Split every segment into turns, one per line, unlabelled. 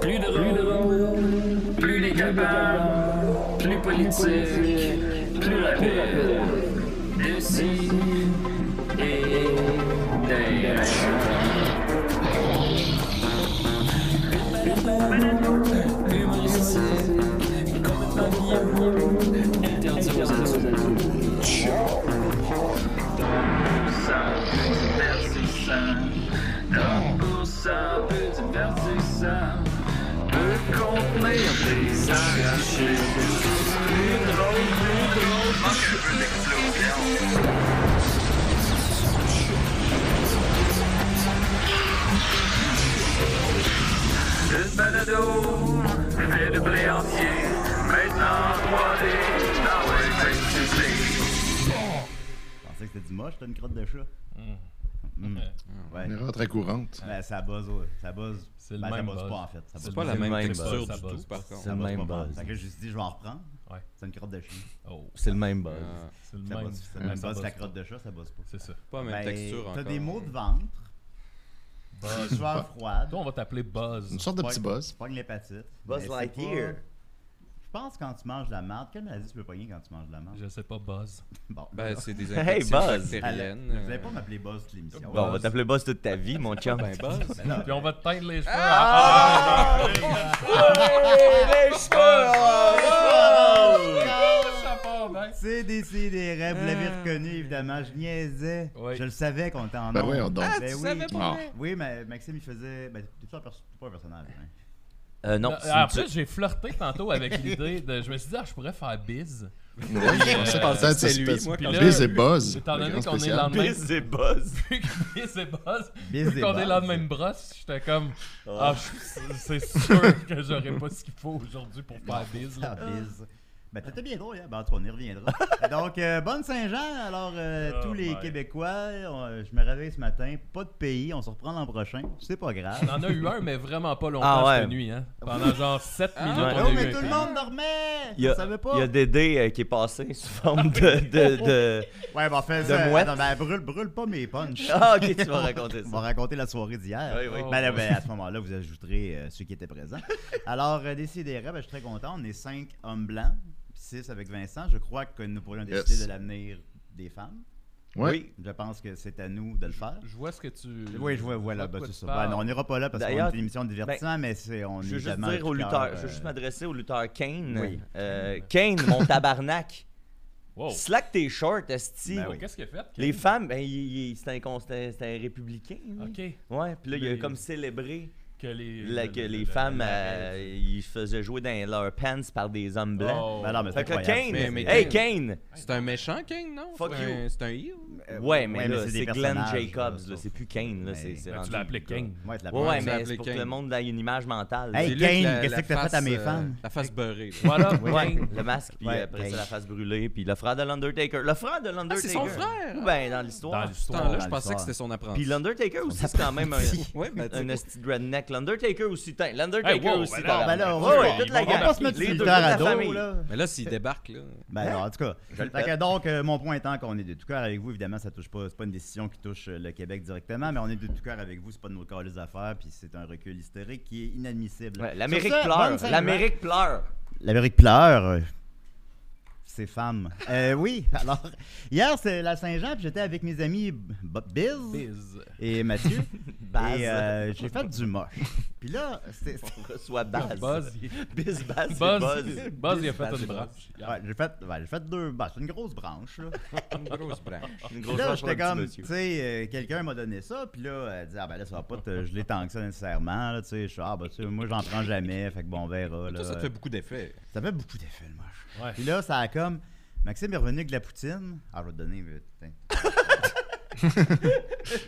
Plus de rôle, plus les capables, plus politique, plus rapide. De ci et d'ailleurs. Humoristique, comme un pavillon, interdit aux adultes. Ciao. Ça, divertissant. Comme pour ça, peu divertissant. Peut contenir des arrachés. Plus drôle, plus drôle. Manque un peu d'explosion. Une balado fait de blé entier. Maintenant, 3D dans l'électricité.
Je pensais que c'était du moche, t'as une crotte de chat. Mm. Ouais.
Une erreur très courante.
Ben, ça buzz, ouais. ça buzz.
C'est le
ben, ça
même
buzz
buzz.
pas en fait. Ça
C'est
buzz
pas la
C'est le
même
même
texture
buzz, ça
du
buzz.
tout, par
ça
contre.
buzz
le même
pas pas.
buzz.
Fait que je me suis dit, je vais en reprendre.
Ouais.
C'est une crotte de chien.
Oh,
C'est le même buzz.
Ah,
c'est le
Ça
même.
buzz, c'est
Ouais,
le même
ça
buzz que la
buzz.
crotte de chat, ça buzz pas.
C'est ça.
Pas la même
Ben,
texture encore.
T'as des maux de ventre,
Buzz.
sueur froide.
Toi, on va t'appeler
Une
Buzz.
sorte de petit buzz.
Pogne l'hépatite. Mais
Buzz
c'est
Lightyear.
pas- Je pense quand tu manges de la merde, quelle maladie tu peux pogner quand tu manges de la merde?
Je sais pas, Buzz.
Bon,
Ben, c'est des
Hey,
infections
Buzz.
bactériennes.
Vous allez
euh,
pas m'appeler Buzz toute l'émission.
Bon, on va t'appeler boss toute ta vie, mon chum.
Ben, Buzz.
Ben non,
Puis on va te teindre les cheveux.
Ah! Hey, les oh, cheveux!
Ça part bien.
C'est des CDR, vous l'avez reconnu évidemment, je niaisais.
Oui.
Je le savais qu'on était en
Ben
onde.
voyons donc.
Ah,
Ben
tu
oui.
savais pas
Ah.
vrai?
Oui, mais Maxime il faisait. Ben, t'es pas un, perso- t'es pas un personnage. Hein.
Euh, non, c'est
Ah, En
une-
plus, j'ai flirté tantôt avec l'idée de. Je me suis dit, ah, je pourrais faire Biz.
je
Ah.
Euh,
pensais par ça, c'est lui, moi, quand
là-
Biz et Buzz.
Étant
le
donné
grand
qu'on est
spécial.
dans le même.
Biz et Buzz.
Vu que Biz et Buzz.
Biz
Vu
et
qu'on est dans
Buzz.
la même brosse, j'étais comme. Ah, je- c'est sûr que j'aurais pas ce qu'il faut aujourd'hui pour faire Biz.
Ah,
là.
bise. Ben, t'étais bien drôle, hein? Ben, en tout cas, on y reviendra. Donc, euh, bonne Saint-Jean. Alors, euh,
Oh
tous les
my.
Québécois, on- euh, je me réveille ce matin. Pas de pays, on se reprend l'an prochain. C'est pas grave.
On en a eu un, mais vraiment pas longtemps
Ah ouais.
cette nuit. Hein. Pendant genre 7
Ah.
minutes,
Ouais.
on
Oh,
a eu
mais
un
tout le
pays.
monde dormait!
Il y
on
a,
savait pas.
il y a Dédé euh, qui est passé sous forme de. de, de...
Ouais, ben, fais
de
ça.
mouette.
Attends, ben, brûle, brûle pas mes punchs.
Ah, ok, tu vas raconter
On va
ça.
raconter la soirée d'hier.
Oui, oui.
Oh.
Ben, là, ben, à ce moment-là, vous ajouterez euh, ceux qui étaient présents. Alors, euh, décidément, ben, je suis très content. On est cinq hommes blancs, six avec Vincent. Je crois que nous pourrions décider
Yes.
de l'avenir des femmes.
Ouais.
Oui.
Je pense que c'est à nous de le faire.
Je vois ce que tu.
Oui, je vois, voilà,
de
bah,
quoi
c'est
tu
ça.
parles.
Ben, non, on n'ira pas là parce qu'on
D'ailleurs, ben,
est une émission de divertissement, mais c'est, on
Je
est
veux juste
évidemment
dire au
du cœur,
lutteur, je
euh,
veux juste m'adresser au lutteur Kane.
Oui.
Euh, Kane, mon tabarnak.
Wow.
Slack tes shorts, esti.
Ben oui.
Qu'est-ce qu'il a fait?
Les femmes, ben, il- il- c'est un, con- c'est un- c'est un républicain. lui.
Ok.
Ouais, puis là, il a
Mais-
comme célébré
Que les,
là,
le-
que
le-
les
le-
femmes,
le-
euh, ils faisaient jouer dans leurs pants par des hommes blancs.
Oh.
Ben non, mais c'est
Fait que
incroyable.
Kane,
Mais- mais
hey Kane!
C'est un méchant, Kane, non?
Fuck
C'est un-
you.
C'est un heel?
Euh,
Ouais, mais, là,
des
c'est Glenn
personnages,
Jacobs,
ça.
là, c'est plus Kane, là,
Mais-
c'est c'est
Ben,
rendu
tu l'as appelé
le gars.
King.
Ouais, de la
Ouais,
première.
ouais,
Tu l'as
mais
appelé
c'est pour que
Kane.
le monde ait une image mentale.
Hey,
C'est lui avec
Kane,
la-
qu'est-ce
la
que t'as fait à
face,
mes
euh,
fans?
La face beurrée. là.
Voilà.
Ouais, ben,
Kane.
le masque, puis
Ouais,
après
Kane.
ça, la face brûlée, puis le frère de l'Undertaker. Le frère de l'Undertaker.
c'est son frère?
Ou ben, dans
Dans
l'histoire.
Ce
l'histoire.
temps-là,
dans
je pensais
l'histoire.
que c'était son apprenti.
Puis l'Undertaker aussi, c'est quand même un.
Ouais, mais
Un
tu sais,
esti de redneck. L'Undertaker aussi, tain. L'Undertaker
Hey, wow,
aussi,
ben
t'as
non,
Ben là,
raison.
on
Ouais,
va-
ouais, toute la
on
gang.
va pas se mettre
Les
sur le
deux,
lutteur à
toute la
dos,
famille.
là.
Mais là, s'il débarque, là.
Ben non, en tout cas.
Hein? Je le
Fait que
pète.
donc, euh, mon point étant qu'on est de tout cœur avec vous, évidemment, ça touche pas, c'est pas une décision qui touche euh, le Québec directement, mais on est de tout cœur avec vous, c'est pas de nos corps les affaires, puis c'est un recul historique qui est inadmissible.
Ouais, L'Amérique
Sur ce, bonne hein?
pleure.
Saint-Jean.
L'Amérique pleure.
L'Amérique pleure. euh, Ces femmes. Euh, oui, alors, hier, c'est la Saint-Jean, puis j'étais avec mes amis B- B- Biz,
Biz.
et Mathieu.
Baz.
Et euh, j'ai fait du moche. Puis là, c'est. c'est-
On reçoit Baz.
Buzz. il-
Biz, Baz, et
Buzz,
Buzz.
Buzz, il a fait
Biz, Baz et
une
Buzz.
branche.
ouais, j'ai fait, ouais, j'ai fait deux. bah, c'est une grosse branche, là.
Une grosse branche.
Une
Puis
grosse
là,
branche pour
j'étais
un
comme,
petit
tu
monsieur.
sais, euh, quelqu'un m'a donné ça, puis là, elle dit, ah ben là, ça va pas te geler tant que ça nécessairement, là, tu sais, je suis, ah ben, tu sais, moi, j'en prends jamais, fait que bon, on verra, là.
Ça, ça te fait beaucoup d'effets.
Ça fait beaucoup d'effet, le moche.
Ouais.
Puis là, ça a comme, Maxime est revenu avec de la poutine. Ah, je vais te donner, mais, putain.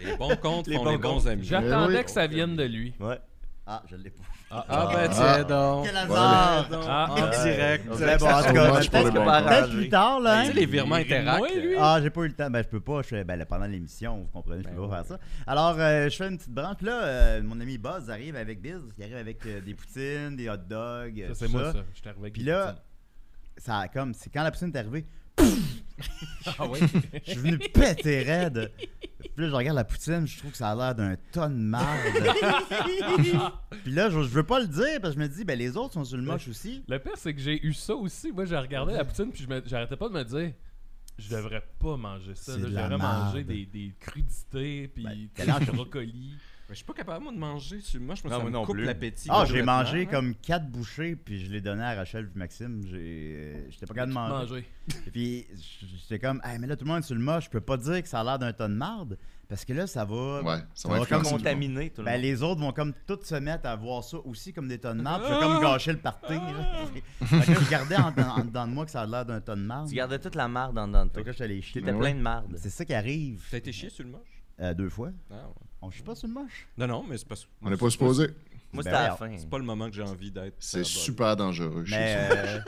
Les bons comptes
Les
font
bons
les bons
comptes.
amis.
J'attendais
Eh oui.
que ça vienne de lui.
Ouais.
Ah, je l'ai pas.
Ah,
Ah,
Ah.
ben, tiens donc.
Quel hasard!
Tiens donc.
Ah.
En direct.
On dirait, bon, en tout cas,
Au moche pour
peut-être
le bon
que- peut-être
compte.
plus tard, là,
Tu sais,
hein.
les virements
Il rit de
interacts.
moi, lui.
euh,
Ah, j'ai pas eu le temps. Ben, je peux pas. Je, ben, là, pendant l'émission, vous comprenez, je peux pas faire ça. Alors, euh, je fais une petite branche. Puis là, euh, mon ami Buzz arrive avec Biz. Il arrive avec euh, des poutines, des hot dogs. euh,
Ça, c'est
tout
moi, ça. J'étais arrivé avec
Puis
des
là, ça a comme. C'est quand la poutine est arrivée,
petits- Ah oui.
je suis venu péter raide. Puis là, je regarde la poutine, je trouve que ça a l'air d'un tonne de marde. Puis Puis là, je, je veux pas le dire parce que je me dis, ben les autres sont sur le moche aussi.
Le pire, c'est que j'ai eu ça aussi. Moi, j'ai regardé la poutine, puis je me- j'arrêtais pas de me dire, je devrais pas manger ça.
C'est
là.
de la
J'aurais mangé
merde.
des, des crudités, puis
Ben,
du
t'as l'air-
brocoli.
Mais je suis pas capable, moi, de manger. sur- Moi, je me
Non,
ça
moi
me
non
coupe
plus.
l'appétit.
Ah, j'ai
complètement.
mangé comme quatre bouchées, puis je l'ai donné à Rachel puis Maxime. J'ai, euh, j'étais pas capable de manger.
Manger.
Puis j'étais comme, hey, mais là, tout le monde est sur le moche. Je peux pas dire que ça a l'air d'un ton de marde parce que là, ça va.
Ouais, ça
On va comme
va influencer tout le monde.
Contaminé, tout le
Ben,
monde.
les autres vont comme toutes se mettre à voir ça aussi comme des tonnes de marde. puis Je vais comme gâcher le party. là. Fait que je gardais en, en- en dedans de moi que ça a l'air d'un ton de marde.
Tu gardais toute la marde en dedans de
Fait
toi.
que là, j'étais allé chier.
T'étais
Ouais.
plein de marde.
C'est ça qui arrive
T'as été chier sur le moche?
euh, deux fois.
Ah, ouais.
On chie pas sur le moche.
Non, non, mais c'est parce que.
On n'est pas supposé.
Ben
Moi, c'était à la
voyons,
fin.
C'est pas le moment que j'ai envie d'être.
C'est
sur la bonne.
super dangereux. je sais
Mais.
ça.
euh,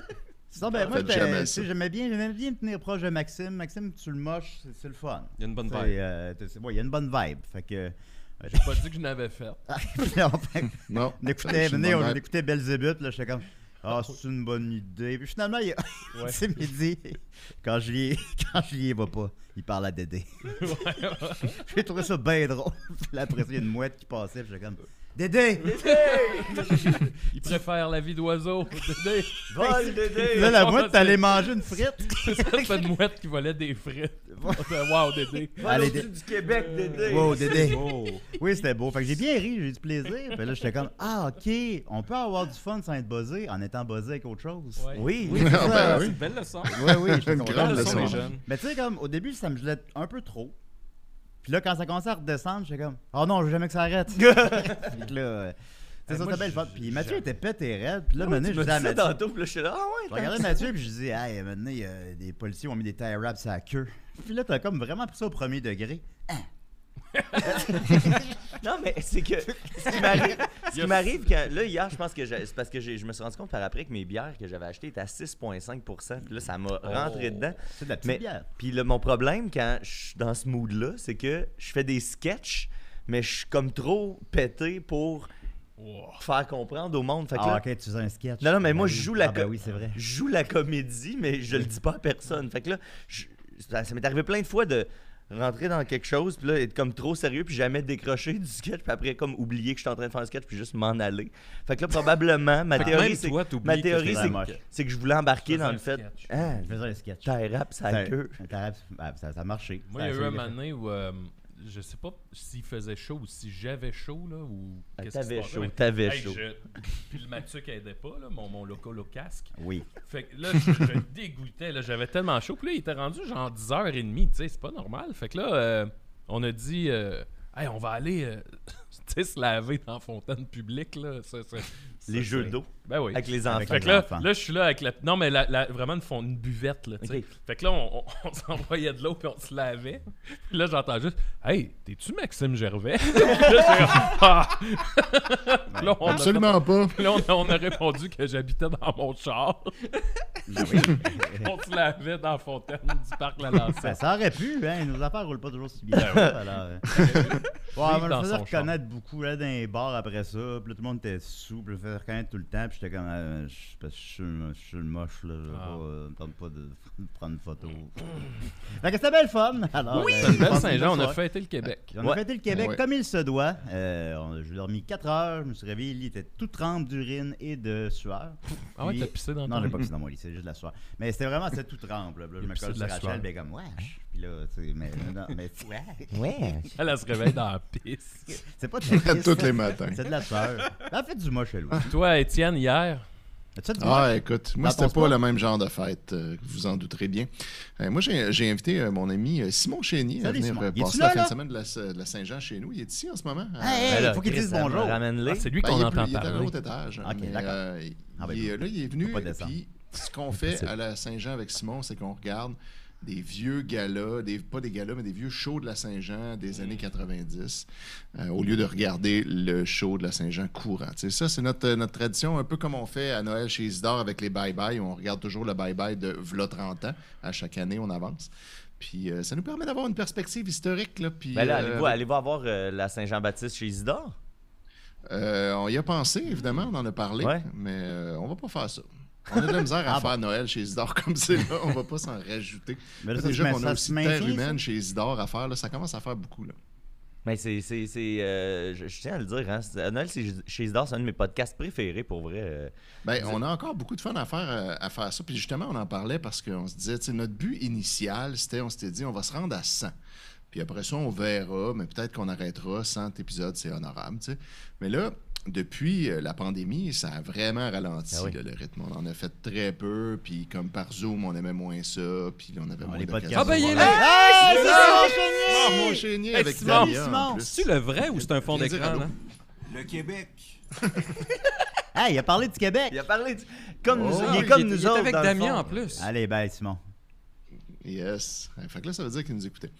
Sinon, ben, moi,
Ah, Faites
j'étais-
jamais
tu sais,
ça.
j'aimais bien, j'aimais bien me tenir proche de Maxime. Maxime, tu le moches, c'est- c'est le fun.
Il y a une bonne
Tu sais,
vibe.
euh, t'es- c'est- ouais, il y a une bonne vibe. Fait que.
J'ai pas dit que je n'avais fait.
on
Non.
écoutait,
Je suis
venez,
de bonne
on
vibe.
écoutait Belzébuth, là, j'étais comme. Ah, c'est une bonne idée. Puis finalement, il,
Ouais.
c'est midi. Quand je l'y quand je l'y vais pas, il parle à Dédé. J'ai trouvé ça bien drôle. Puis là, après ça, il y a une mouette qui passait, puis j'étais comme. Dédé!
Il préfère la vie d'oiseau. Dédé.
Vol, Dédé!
Là, la mouette, t'allais manger une frite.
C'est ça, c'est une mouette qui volait des frites. Wow, Dédé.
Vol
Allez,
au-dessus du Québec, Dédé!
Wow, Dédé!
Oh.
Oui, c'était beau. Fait que j'ai bien ri, j'ai eu du plaisir. Puis là, j'étais comme, ah, OK, on peut avoir du fun sans être buzzé en étant buzzé avec autre chose.
Ouais.
Oui!
c'est
Ah,
ça.
ben
C'est
oui.
une belle leçon.
Oui, oui, j'étais
Une
content.
grande
Belle leçon,
leçon.
les jeunes.
Mais tu sais, comme, au début, ça me gelait un peu trop. Puis là, quand ça commençait à redescendre, j'étais comme, oh non, je veux jamais que ça arrête. Fait que là, euh, tu sais,
Hey,
ça,
moi,
c'était belle
je-
fun. Puis Mathieu
je-
était pété raide. Puis là,
Tu me
maintenant, je
dis
disais à
ça
Mathieu.
tantôt, puis là, je suis là, ah ouais,
Je regardais Mathieu, puis je disais, hey, maintenant, il y a euh, des policiers ont mis des tie wraps à la queue. Puis là, t'as comme vraiment pris ça au premier degré.
Non, mais c'est que ce qui m'arrive, ce qui m'arrive que là, hier, je pense que j'ai- c'est parce que j'ai- je me suis rendu compte par après que mes bières que j'avais achetées étaient à 6,5 Puis là, ça m'a rentré dedans.
C'est de la petite
Mais,
bière.
puis là, mon problème quand je suis dans ce mood-là, c'est que je fais des sketchs, mais je suis comme trop pété pour faire comprendre au monde. Fait que
Ah,
là,
ok, tu fais un sketch.
Non, non, mais moi, je
Ah,
joue la
ben
co-
oui, c'est vrai.
je joue la comédie, mais je le dis pas à personne. Fait que là, je- ça, ça m'est arrivé plein de fois de rentrer dans quelque chose, puis là, être comme trop sérieux, puis jamais décrocher du sketch, puis après, comme oublier que je suis en train de faire un sketch, puis juste m'en aller. Fait que là, probablement, ma
Fait que
théorie,
même
c'est
toi, t'oublies
ma
que
théorie,
c'est
c'est
la
que,
moche.
c'est que je voulais embarquer dans le
Faisais un
fait.
sketch.
Hein,
Je faisais un sketch. Ben,
t'as rap, ça
T'as-
queue.
t'as rap- ah, ça, ça a marché.
Moi,
Ça
il y a eu un
essayé.
moment donné où euh, je sais pas s'il faisait chaud ou si j'avais chaud, là, ou.
Ah,
qu'est-ce qui se
t'avais
passait,
chaud,
mais-
t'avais chaud.
je- Puis le Mathieu qui aidait pas, là, mon, mon loco, le casque.
Oui.
Fait que là, je, je le dégoûtais, là, j'avais tellement chaud. Puis là, il était rendu genre 10h30, tu sais, c'est pas normal. Fait que là, euh, on a dit, euh, hey, on va aller, euh, tu sais, se laver dans la fontaine publique, là. ça- ça- ça-
Les jeux
ça-
d'eau
Ben oui.
avec les
Avec
enfants.
Fait que
les
là,
enfants.
là, je suis là avec la. Non, mais la, la- vraiment une, fond- une buvette, là, tu sais.
Ok.
Fait que là, on, on- on s'envoyait de l'eau puis on se lavait. Puis là, j'entends juste Hey, t'es-tu Maxime Gervais Là, j'ai- Ah! Là, on a-
Absolument pas.
Là, on a, on a répondu que j'habitais dans mon char.
Ben oui.
Eh.
On se lavait dans la fontaine du parc La Lancette.
ça, ça aurait pu, hein. Nos affaires roulent pas toujours si bien. alors, euh, ouais,
Vivre
mais je
dans
me faisais
son
reconnaître beaucoup là, dans les bars après ça. Puis là, tout le monde était sous. Puis je me faisais reconnaître tout le temps. Puis j'étais comme. euh, je parce que je suis le- je suis le moche, là. Je vais
Ah.
pas, euh, me tente pas de prendre une photo. fait que c'était belle fun. Alors,
Oui!
euh,
C'était une belle
passe
Saint-Jean, on
bonne
a
soirée.
fêté le Québec.
On a
Ouais.
fêté le Québec
Ouais.
comme il se doit. Euh, on- J'ai dormi 4 heures, je me suis réveillé, il était tout trempe d'urine et de sueur.
Ah ouais,
Puis-
t'as pissé dans
Non,
ton
j'ai pas pissé dans mon lit, c'est juste de la sueur. Mais c'était vraiment, c'était tout tremble. là. Là,
Il
je
a
me
pissé
colle
de
sur
la sueur.
Rachel, ben comme, wesh. Puis là, tu sais, mais. non, mais
Ouais.
Elle, elle se réveille dans la pisse.
c'est pas de la pisse,
Tous les
c'est-
matins.
C'est de la sueur. En fait, du moche, elle. oui.
Toi, Étienne, hier,
As-tu du moche?
Ah, écoute,
Dans
moi,
ton
c'était pas
sport?
le même genre de fête, euh, que vous en douterez bien. Euh, moi, j'ai j'ai invité euh, mon ami euh, Simon Chénier à
Salut,
venir
Simon.
euh,
Il est-tu
passer
là,
la fin
là? Ah,
de semaine de la, de la Saint-Jean chez nous. Il est ici en ce moment. Euh,
Hey, hey,
Ben là,
faut qu'il
Chris,
dise
euh,
bonjour.
Ramène-les.
ah, c'est lui
ben,
qu'on
il est
entend
plus- il était à
parler.
l'autre étage.
Ok,
mais,
d'accord.
euh, il-
Ah, ben,
il est- là, il est
faut
venu.
pas descendre.
Puis, ce qu'on fait à la Saint-Jean avec Simon, c'est qu'on regarde des vieux galas, des, pas des galas, mais des vieux shows de la Saint-Jean des années 90, euh, au lieu de regarder le show de la Saint-Jean courant. Tu sais, ça, c'est notre, notre tradition, un peu comme on fait à Noël chez Isidore avec les bye-bye. On regarde toujours le bye-bye de V'là 30 ans. À chaque année, on avance. Puis euh, ça nous permet d'avoir une perspective historique. Là, puis,
Ben là,
euh,
allez-vous allez voir euh, la Saint-Jean-Baptiste chez Isidore?
euh, on y a pensé, évidemment, on en a parlé,
Ouais.
mais euh, on va pas faire ça. On a de la misère à
Ah
faire Noël chez Isidore comme c'est là, on va pas s'en rajouter.
Mais là, ça se
Déjà
main-
qu'on
ça
a
se
aussi
maintient,
Terre
ça?
humaine chez Isidore à faire, là, ça commence à faire beaucoup. Là.
Mais Ben, c'est. c'est, c'est, euh, je, je tiens à le dire, hein. c'est- à Noël, c'est chez Isidore, c'est un de mes podcasts préférés pour vrai. euh.
Ben, on a encore beaucoup de fun à faire, euh, à faire ça. Puis justement, on en parlait parce qu'on se disait, tu sais, notre but initial, c'était, on s'était dit, on va se rendre à 100. Puis après ça, on verra, mais peut-être qu'on arrêtera. 100 épisodes, c'est honorable, tu sais. Mais là, depuis euh, la pandémie, ça a vraiment ralenti
Ah oui.
là, le rythme. On en a fait très peu, puis comme par Zoom, on aimait moins ça, puis on avait
Ah,
moins
les
d'occasion.
podcasts.
Ah, ben, il est là!
Hey, c'est
Ah!
Simon Chénier!
Ah, mon génie avec
Simon!
Dalia, en
Simon!
plus.
C'est-tu le vrai ou c'est un fond
Viens dire
d'écran?
allô.
là?
Le Québec.
Hey, il a parlé du Québec!
Il a parlé. du- Comme nous,
Oh,
il est
Ah,
comme
il
nous
il était
autres.
avec
dans le
Damien
fond.
en plus.
Allez, ben, Simon.
Yes. Ouais, Fait que là, ça veut dire qu'ils nous écoutaient.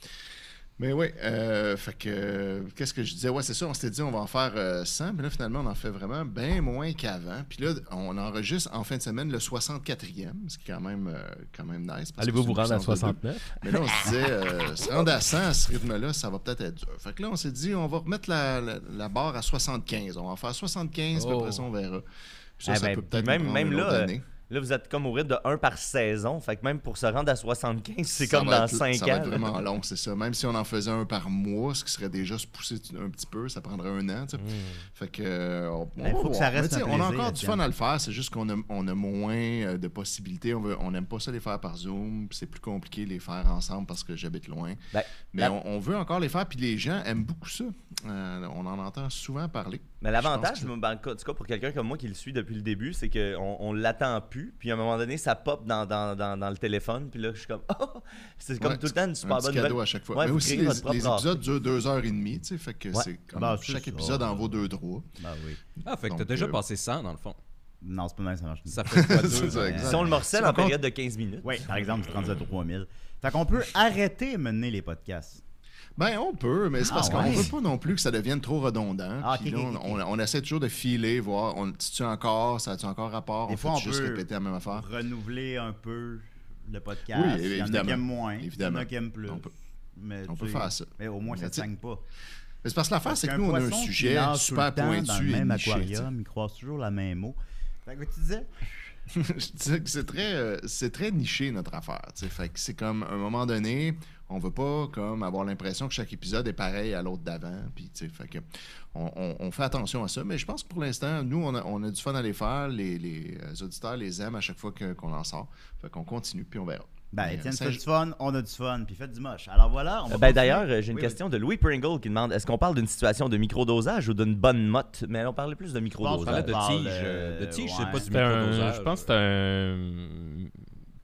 Mais oui, euh, fait que euh, qu'est-ce que je disais? Ouais, c'est ça, on s'était dit on va en faire euh, 100, mais là, finalement, on en fait vraiment bien moins qu'avant. Puis là, on enregistre en fin de semaine le 64e, ce qui est quand même, euh, quand même nice. parce
Allez-vous
que c'est
vous
une
rendre à
puissance de deux.
69?
Mais là, on se disait, euh, se rendre à 100 à ce rythme-là, ça va peut-être être dur. Fait que là, on s'est dit, on va remettre la, la- la barre à 75. On va en faire 75, puis
Oh.
après ça, on verra. Puis ça,
Ah
ça
ben,
peut peut-être
même-
nous prendre
même
une
là,
autre
euh,
année.
Là, vous êtes comme au rythme de 1 par saison. Fait que même pour se rendre à 75, c'est
Ça
comme
va
dans
être-
5 ans.
Ça va être
là.
vraiment long, c'est ça. Même si on en faisait un par mois, ce qui serait déjà se pousser t- un petit peu, ça prendrait un an. tu
Mmh.
sais. Fait que. euh, on, on
Ben,
Ouais, faut
va
que
voir.
ça reste
Mais tu sais,
un
On a
plaisir,
encore du
Étienne.
fun à le faire, c'est juste qu'on a, on a moins euh, de possibilités. On veut- on n'aime pas ça les faire par Zoom, puis c'est plus compliqué de les faire ensemble parce que j'habite loin.
Ben,
Mais
la-
on, on veut encore les faire, puis les gens aiment beaucoup ça. Euh, on en entend souvent parler.
Mais
Je
l'avantage,
pense
ben, en tout cas, pour quelqu'un comme moi qui le suit depuis le début, c'est qu'on on, l'attend plus. Puis à un moment donné, ça pop dans, dans, dans, dans le téléphone. Puis là, je suis comme, oh! C'est comme
Ouais,
tout le temps une super
un petit
bonne
cadeau
nouvelle.
à chaque fois.
Ouais,
Mais
vous
aussi,
créez
les,
votre propre
les
art.
épisodes durent deux heures et demie, tu sais, fait que
Ouais.
c'est comme
Bah, c'est
chaque
ça.
épisode en vaut deux, trois.
Ben oui.
Ah, fait que t'as
Donc,
déjà
euh,
passé 100 dans le fond.
Non, c'est pas mal, ça marche.
Ça fait quoi
C'est
deux? euh,
ça, exact.
Si on le morcelle
Si on
en
compte-
période de 15 minutes.
Oui, par exemple, c'est 32 3000. Fait qu'on peut arrêter de mener les podcasts.
Ben, on peut, mais c'est
Ah
parce qu'on
ouais?
veut pas non plus que ça devienne trop redondant.
Ah,
Puis
ok,
là,
ok,
on,
ok.
on- on essaie toujours de filer, voir on, si tu as encore, ça a-tu encore rapport,
Des
on
fois,
fait
on
juste
peut-
répéter la même affaire.
Renouveler un peu le podcast.
Oui,
Il y en a qui
évidemment.
aiment moins, il y
Évidemment.
en a qui aiment plus.
On peut-
mais,
on
tu
peut
sais,
faire ça.
Mais au moins,
Mais
ça ne
tu sais,
saigne pas.
Mais c'est parce que l'affaire,
Parce
c'est que
qu'un
nous, on a un
poisson qui
sujet
nage tout le
super
temps
pointu
dans le
et
même
niché,
aquarium, il croise toujours la même eau. Fait que tu disais?
tu sais. Je disais que c'est très, euh, c'est très niché, notre affaire. tu sais. Fait que c'est comme, à un moment donné, on veut pas comme avoir l'impression que chaque épisode est pareil à l'autre d'avant. Puis, tu sais, fait que on, on- on fait attention à ça. Mais je pense que pour l'instant, nous, on a, on a du fun à les faire. Les, les euh, auditeurs les aiment à chaque fois que- qu'on en sort. Fait qu'on continue, puis on verra.
Ben,
Mais,
Étienne,
ça,
faites
je-
du fun, on a du fun, puis faites du moche. Alors voilà, on va
Euh, Ben
continuer.
d'ailleurs, euh, j'ai une
Oui,
question de Louis Pringle qui demande est-ce qu'on parle d'une situation de microdosage ou d'une bonne motte Mais on parlait plus de
Je
parlait
microdosage.
de
parle,
tige. euh,
euh,
De tige,
ouais.
c'est pas du
C'était un-
microdosage. euh.
Je pense que c'était un. tu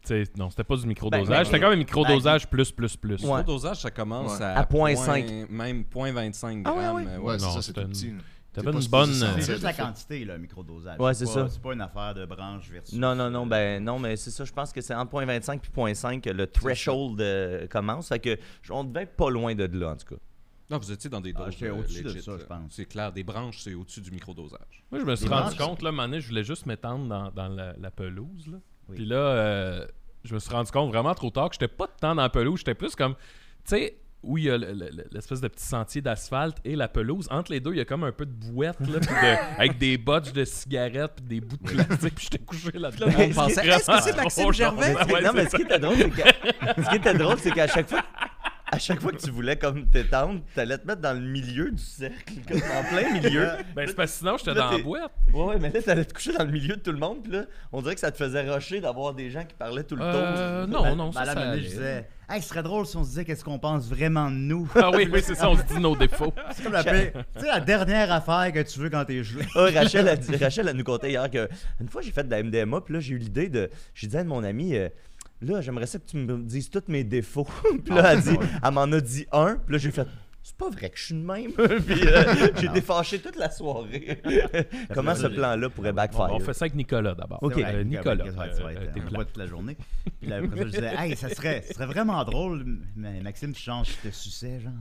sais, non, c'était pas du microdosage.
Ben, ben,
c'était
ben,
comme un microdosage plus, plus, plus.
Le microdosage, ça commence
Ouais.
à,
À point cinq.
Même 0.25 grammes.
Ah ouais, ouais.
euh,
Ouais,
ouais.
c'est
non,
ça, c'est
c'était
tout
une-
petit. là.
T'as
T'es
pas
pas
une
supposé
bonne.
sentir.
euh,
C'est juste la
Tout à fait.
quantité, le microdosage.
Ouais, c'est
pas-
ça.
C'est pas une affaire de branche versus.
Non, non, non, ben non, mais c'est ça, je pense que c'est entre 0.25 puis 0.5 que le threshold euh, commence. Fait que j- on devait être pas loin de là, en tout cas.
Non, vous étiez dans des
Ah,
doses.
j'étais
euh,
au-dessus de
legit,
ça,
là.
je pense.
C'est clair, des branches, c'est au-dessus du microdosage.
Moi, je me suis
Des
rendu
manches.
compte, là, un moment donné, je voulais juste m'étendre dans, dans la, la pelouse, là.
Oui.
Puis là, euh, je me suis rendu compte vraiment trop tard que j'étais pas tant dans la pelouse, j'étais plus comme, tu sais, où il y a le- le- le- l'espèce de petit sentier d'asphalte et la pelouse. Entre les deux, il y a comme un peu de bouette, là, puis de- avec des botches de cigarettes, puis des bouts de plastique, puis j'étais couché là-dedans.
On pensait, est-ce que c'est Maxime
Oh,
Gervais?
genre, ouais,
non, mais
c'est
ce qui était drôle, c'est qu'à, ce qui était drôle, c'est qu'à chaque fois, à chaque fois que tu voulais comme t'étendre, t'allais te mettre dans le milieu du cercle, comme en plein milieu.
Ben, c'est parce que sinon, j'étais
Là,
dans la
t'es-
boîte.
Ouais, ouais, mais là, t'allais te coucher dans le milieu de tout le monde, puis là, on dirait que ça te faisait rusher d'avoir des gens qui parlaient tout le Ah,
Euh,
temps.
non, non,
Ben,
ça,
là,
ça
maintenant,
allait.
je disais, hey, ce serait drôle si on se disait qu'est-ce qu'on pense vraiment de nous.
Ah oui, oui, c'est ça, on se dit nos défauts.
C'est comme la, paix- tu sais, la dernière affaire que tu veux quand t'es joué.
Ah, Rachel, a dit- Rachel, elle nous contait hier que une fois j'ai fait de la MDMA, puis là j'ai eu l'idée de. J'ai dit à mon ami, euh, là j'aimerais ça que tu me dises tous mes défauts. puis là, elle, dit, elle m'en a dit un, puis là j'ai fait. C'est pas vrai que je suis de même. puis euh, j'ai défâché toute la soirée. Comment ce plan-là pourrait backfire?
On fait ça avec Nicolas d'abord.
Ok.
Euh, Nicolas.
Ça va être- ça va
euh,
être,
euh,
euh,
tes
on
plans.
voit toute la journée. Puis là, après ça, je disais, hey, ça serait, ça serait vraiment drôle, mais Maxime, tu changes, je te suçais, genre.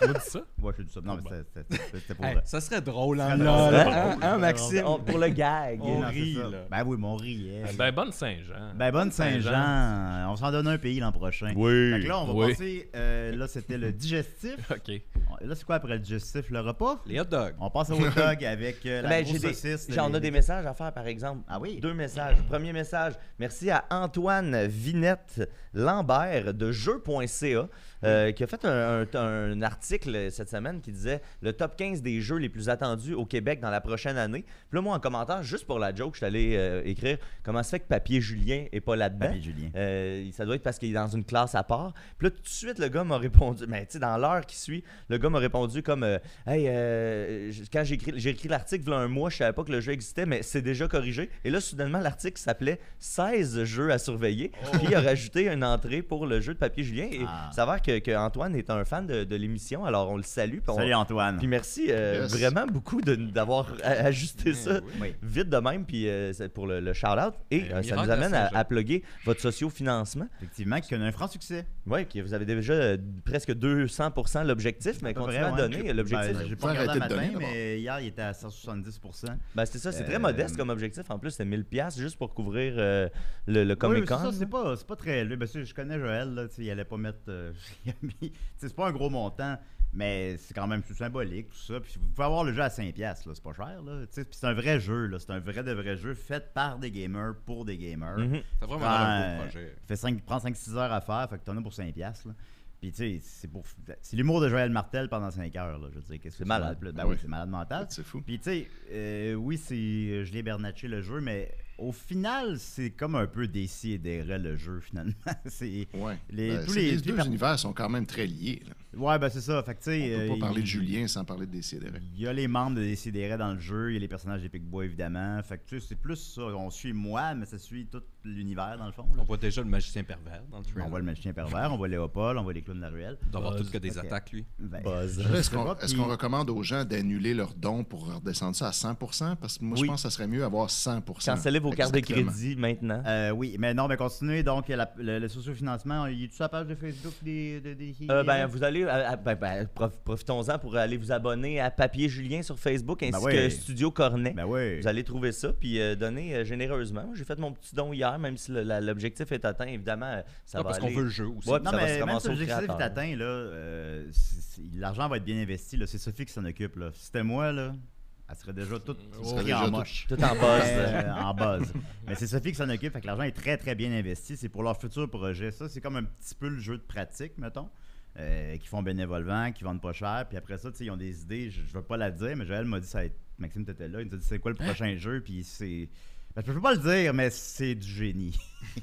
Tu m'as dit ça?
Ouais, je dis ça. Non, mais c'était- c'était c'était pour.
Hey,
vrai.
ça serait drôle, hein,
Ça serait
là,
drôle.
là, hein, hein, Maxime?
On- pour le gag.
On
Non, c'est
rit,
ça.
là.
Ben oui, mais on riait.
Ben, bonne Saint-Jean.
Ben, bonne Saint-Jean. On s'en donne un pays l'an prochain.
Oui.
Fait que là, on va
Oui.
passer. euh, là, c'était le digestif.
OK.
Là, c'est quoi après le justif, le repas?
Les hot dogs.
On passe au hot dog avec euh, la
Ben,
grosse
j'ai des-
saucisse.
J'en
les-
ai des messages à faire, par exemple.
Ah oui?
Deux messages. Premier message, merci à Antoine Vinette Lambert de jeux.ca euh, qui a fait un, un- un article cette semaine qui disait le top 15 des jeux les plus attendus au Québec dans la prochaine année. Puis là, moi, en commentaire, juste pour la joke, je suis allé euh, écrire comment se fait que Papier Julien est pas là-dedans.
Papier Julien.
Euh, ça doit être parce qu'il est dans une classe à part. Puis là, tout de suite, le gars m'a répondu, mais tu sais, dans l'heure qui suit, le gars m'a répondu comme euh, Hey, euh, j- quand j'ai écrit, j'ai écrit l'article, il y a un mois, je savais pas que le jeu existait, mais c'est déjà corrigé. Et là, soudainement, l'article s'appelait 16 jeux à surveiller. Puis il a rajouté une entrée pour le jeu de papier Julien. Et
Ah.
il s'avère que, que Antoine est un fan de, de l'émission, alors on le salue. Puis, on-
Salut Antoine.
puis merci euh,
Yes.
vraiment beaucoup de- d'avoir a- ajusté ça
Oui.
vite de même, puis euh, c'est pour le, le shout-out.
Euh,
Et euh, ça
miracle
nous amène
à
à,
Saint-Jean.
à plugger votre socio-financement.
Effectivement, qui connaît un franc succès.
Oui, qui- vous avez déjà euh, presque 200 l'objectif, mais
Pas
continuez
vrai,
à
ouais.
donner. euh,
Ben,
L'objectif,
J'ai
Faut
pas regardé
arrêter
le
de
matin,
donner, d'abord.
mais hier, il était à 170
ben, c'est ça, c'est très
Euh,
modeste comme objectif. En plus, c'est 1000 pièces juste pour couvrir euh, le, le
Oui, mais
Comic
c'est
Con.
ça, c'est pas, c'est pas très élevé. Ben, c'est- je connais Joël, là, tu sais, il allait pas mettre. euh, il a mis- tu sais, c'est pas un gros montant, mais c'est quand même tout symbolique, tout ça. Puis vous pouvez avoir le jeu à 5$, là, c'est pas cher. Là, tu sais. puis c'est un vrai jeu, là, c'est un vrai de vrai jeu fait par des gamers pour des gamers.
Mhm.
T'as vraiment un
Prends,
beau
euh,
projet.
fait cinq- prends 5-6 heures à faire, fait que t'en as pour 5$. Là. Puis tu sais, c'est pour- c'est l'humour de Joël Martel pendant 5 heures. Là, je veux dire, qu'est-ce que
C'est
tu
malade.
veux de plus? Ben
Ah
oui,
oui.
c'est malade mental.
C'est fou.
Puis tu sais, euh, oui, c'est euh, je l'ai bernatché le jeu, mais au final, c'est comme un peu déci et derrière le jeu finalement. c'est
Ouais.
Les-
Ben,
tous
c'est-
les- tous les
deux
per-
univers sont quand même très liés. là.
ouais, ben c'est ça. Fait que tu
On
sais,
peut
euh,
pas parler
il-
de Julien sans parler de Décideret.
Il y a les membres de Décideret dans le jeu, il y a les personnages des Bois évidemment. Fait que tu sais, c'est plus ça. On suit moi, mais ça suit tout l'univers dans le fond. là.
On voit déjà le magicien pervers dans le
On voit
trailer.
le magicien pervers, on voit Léopold, on voit les clowns de la ruelle.
Il doit avoir tout
Buzz.
que des
Ok.
attaques, lui.
Ben,
Buzz.
je
Est-ce
sais
qu'on
pas,
est-ce
puis-
qu'on recommande aux gens d'annuler leurs dons pour redescendre ça à 100 Parce que moi, je
Oui.
pense que ça serait mieux avoir 100
Cancellez vos cartes de
Exactement.
crédit maintenant.
Euh, oui, mais non, mais continuez. Donc, la- le, le sociofinancement, il est sur la page de Facebook des. des, des-
Euh, ben, vous allez, à- à- ben, ben, prof- profitons-en pour aller vous abonner à Papier Julien sur Facebook ainsi
Ben ouais.
que Studio Cornet.
Ben oui.
Vous allez trouver ça, puis euh, donner euh, généreusement. Moi, J'ai fait mon petit don hier, même si le- la- l'objectif est atteint, évidemment, euh, ça
Non,
va
parce qu'on
aller-
veut le jeu aussi.
Ouais,
Non,
ça va se
mais même si
ramasser au
l'objectif
créateur.
est atteint, là, euh, c'est- c'est- l'argent va être bien investi. là. C'est Sophie qui s'en occupe. Là. Si c'était moi, là, elle serait déjà toute
Ça
prise
serait déjà
en
tout.
moche.
Tout en buzz.
Euh, en buzz. Mais c'est Sophie qui s'en occupe, fait que l'argent est très très bien investi. C'est pour leur futur projet. Ça, c'est comme un petit peu le jeu de pratique, mettons. euh, qui font bénévolement, qui vendent pas cher. Puis après ça, tu sais, ils ont des idées. Je, je veux pas la dire, mais Joël m'a dit, ça va être- Maxime, t'étais là. Il nous a dit, c'est quoi le prochain jeu? Puis c'est. Ben, je peux pas le dire, mais c'est du génie.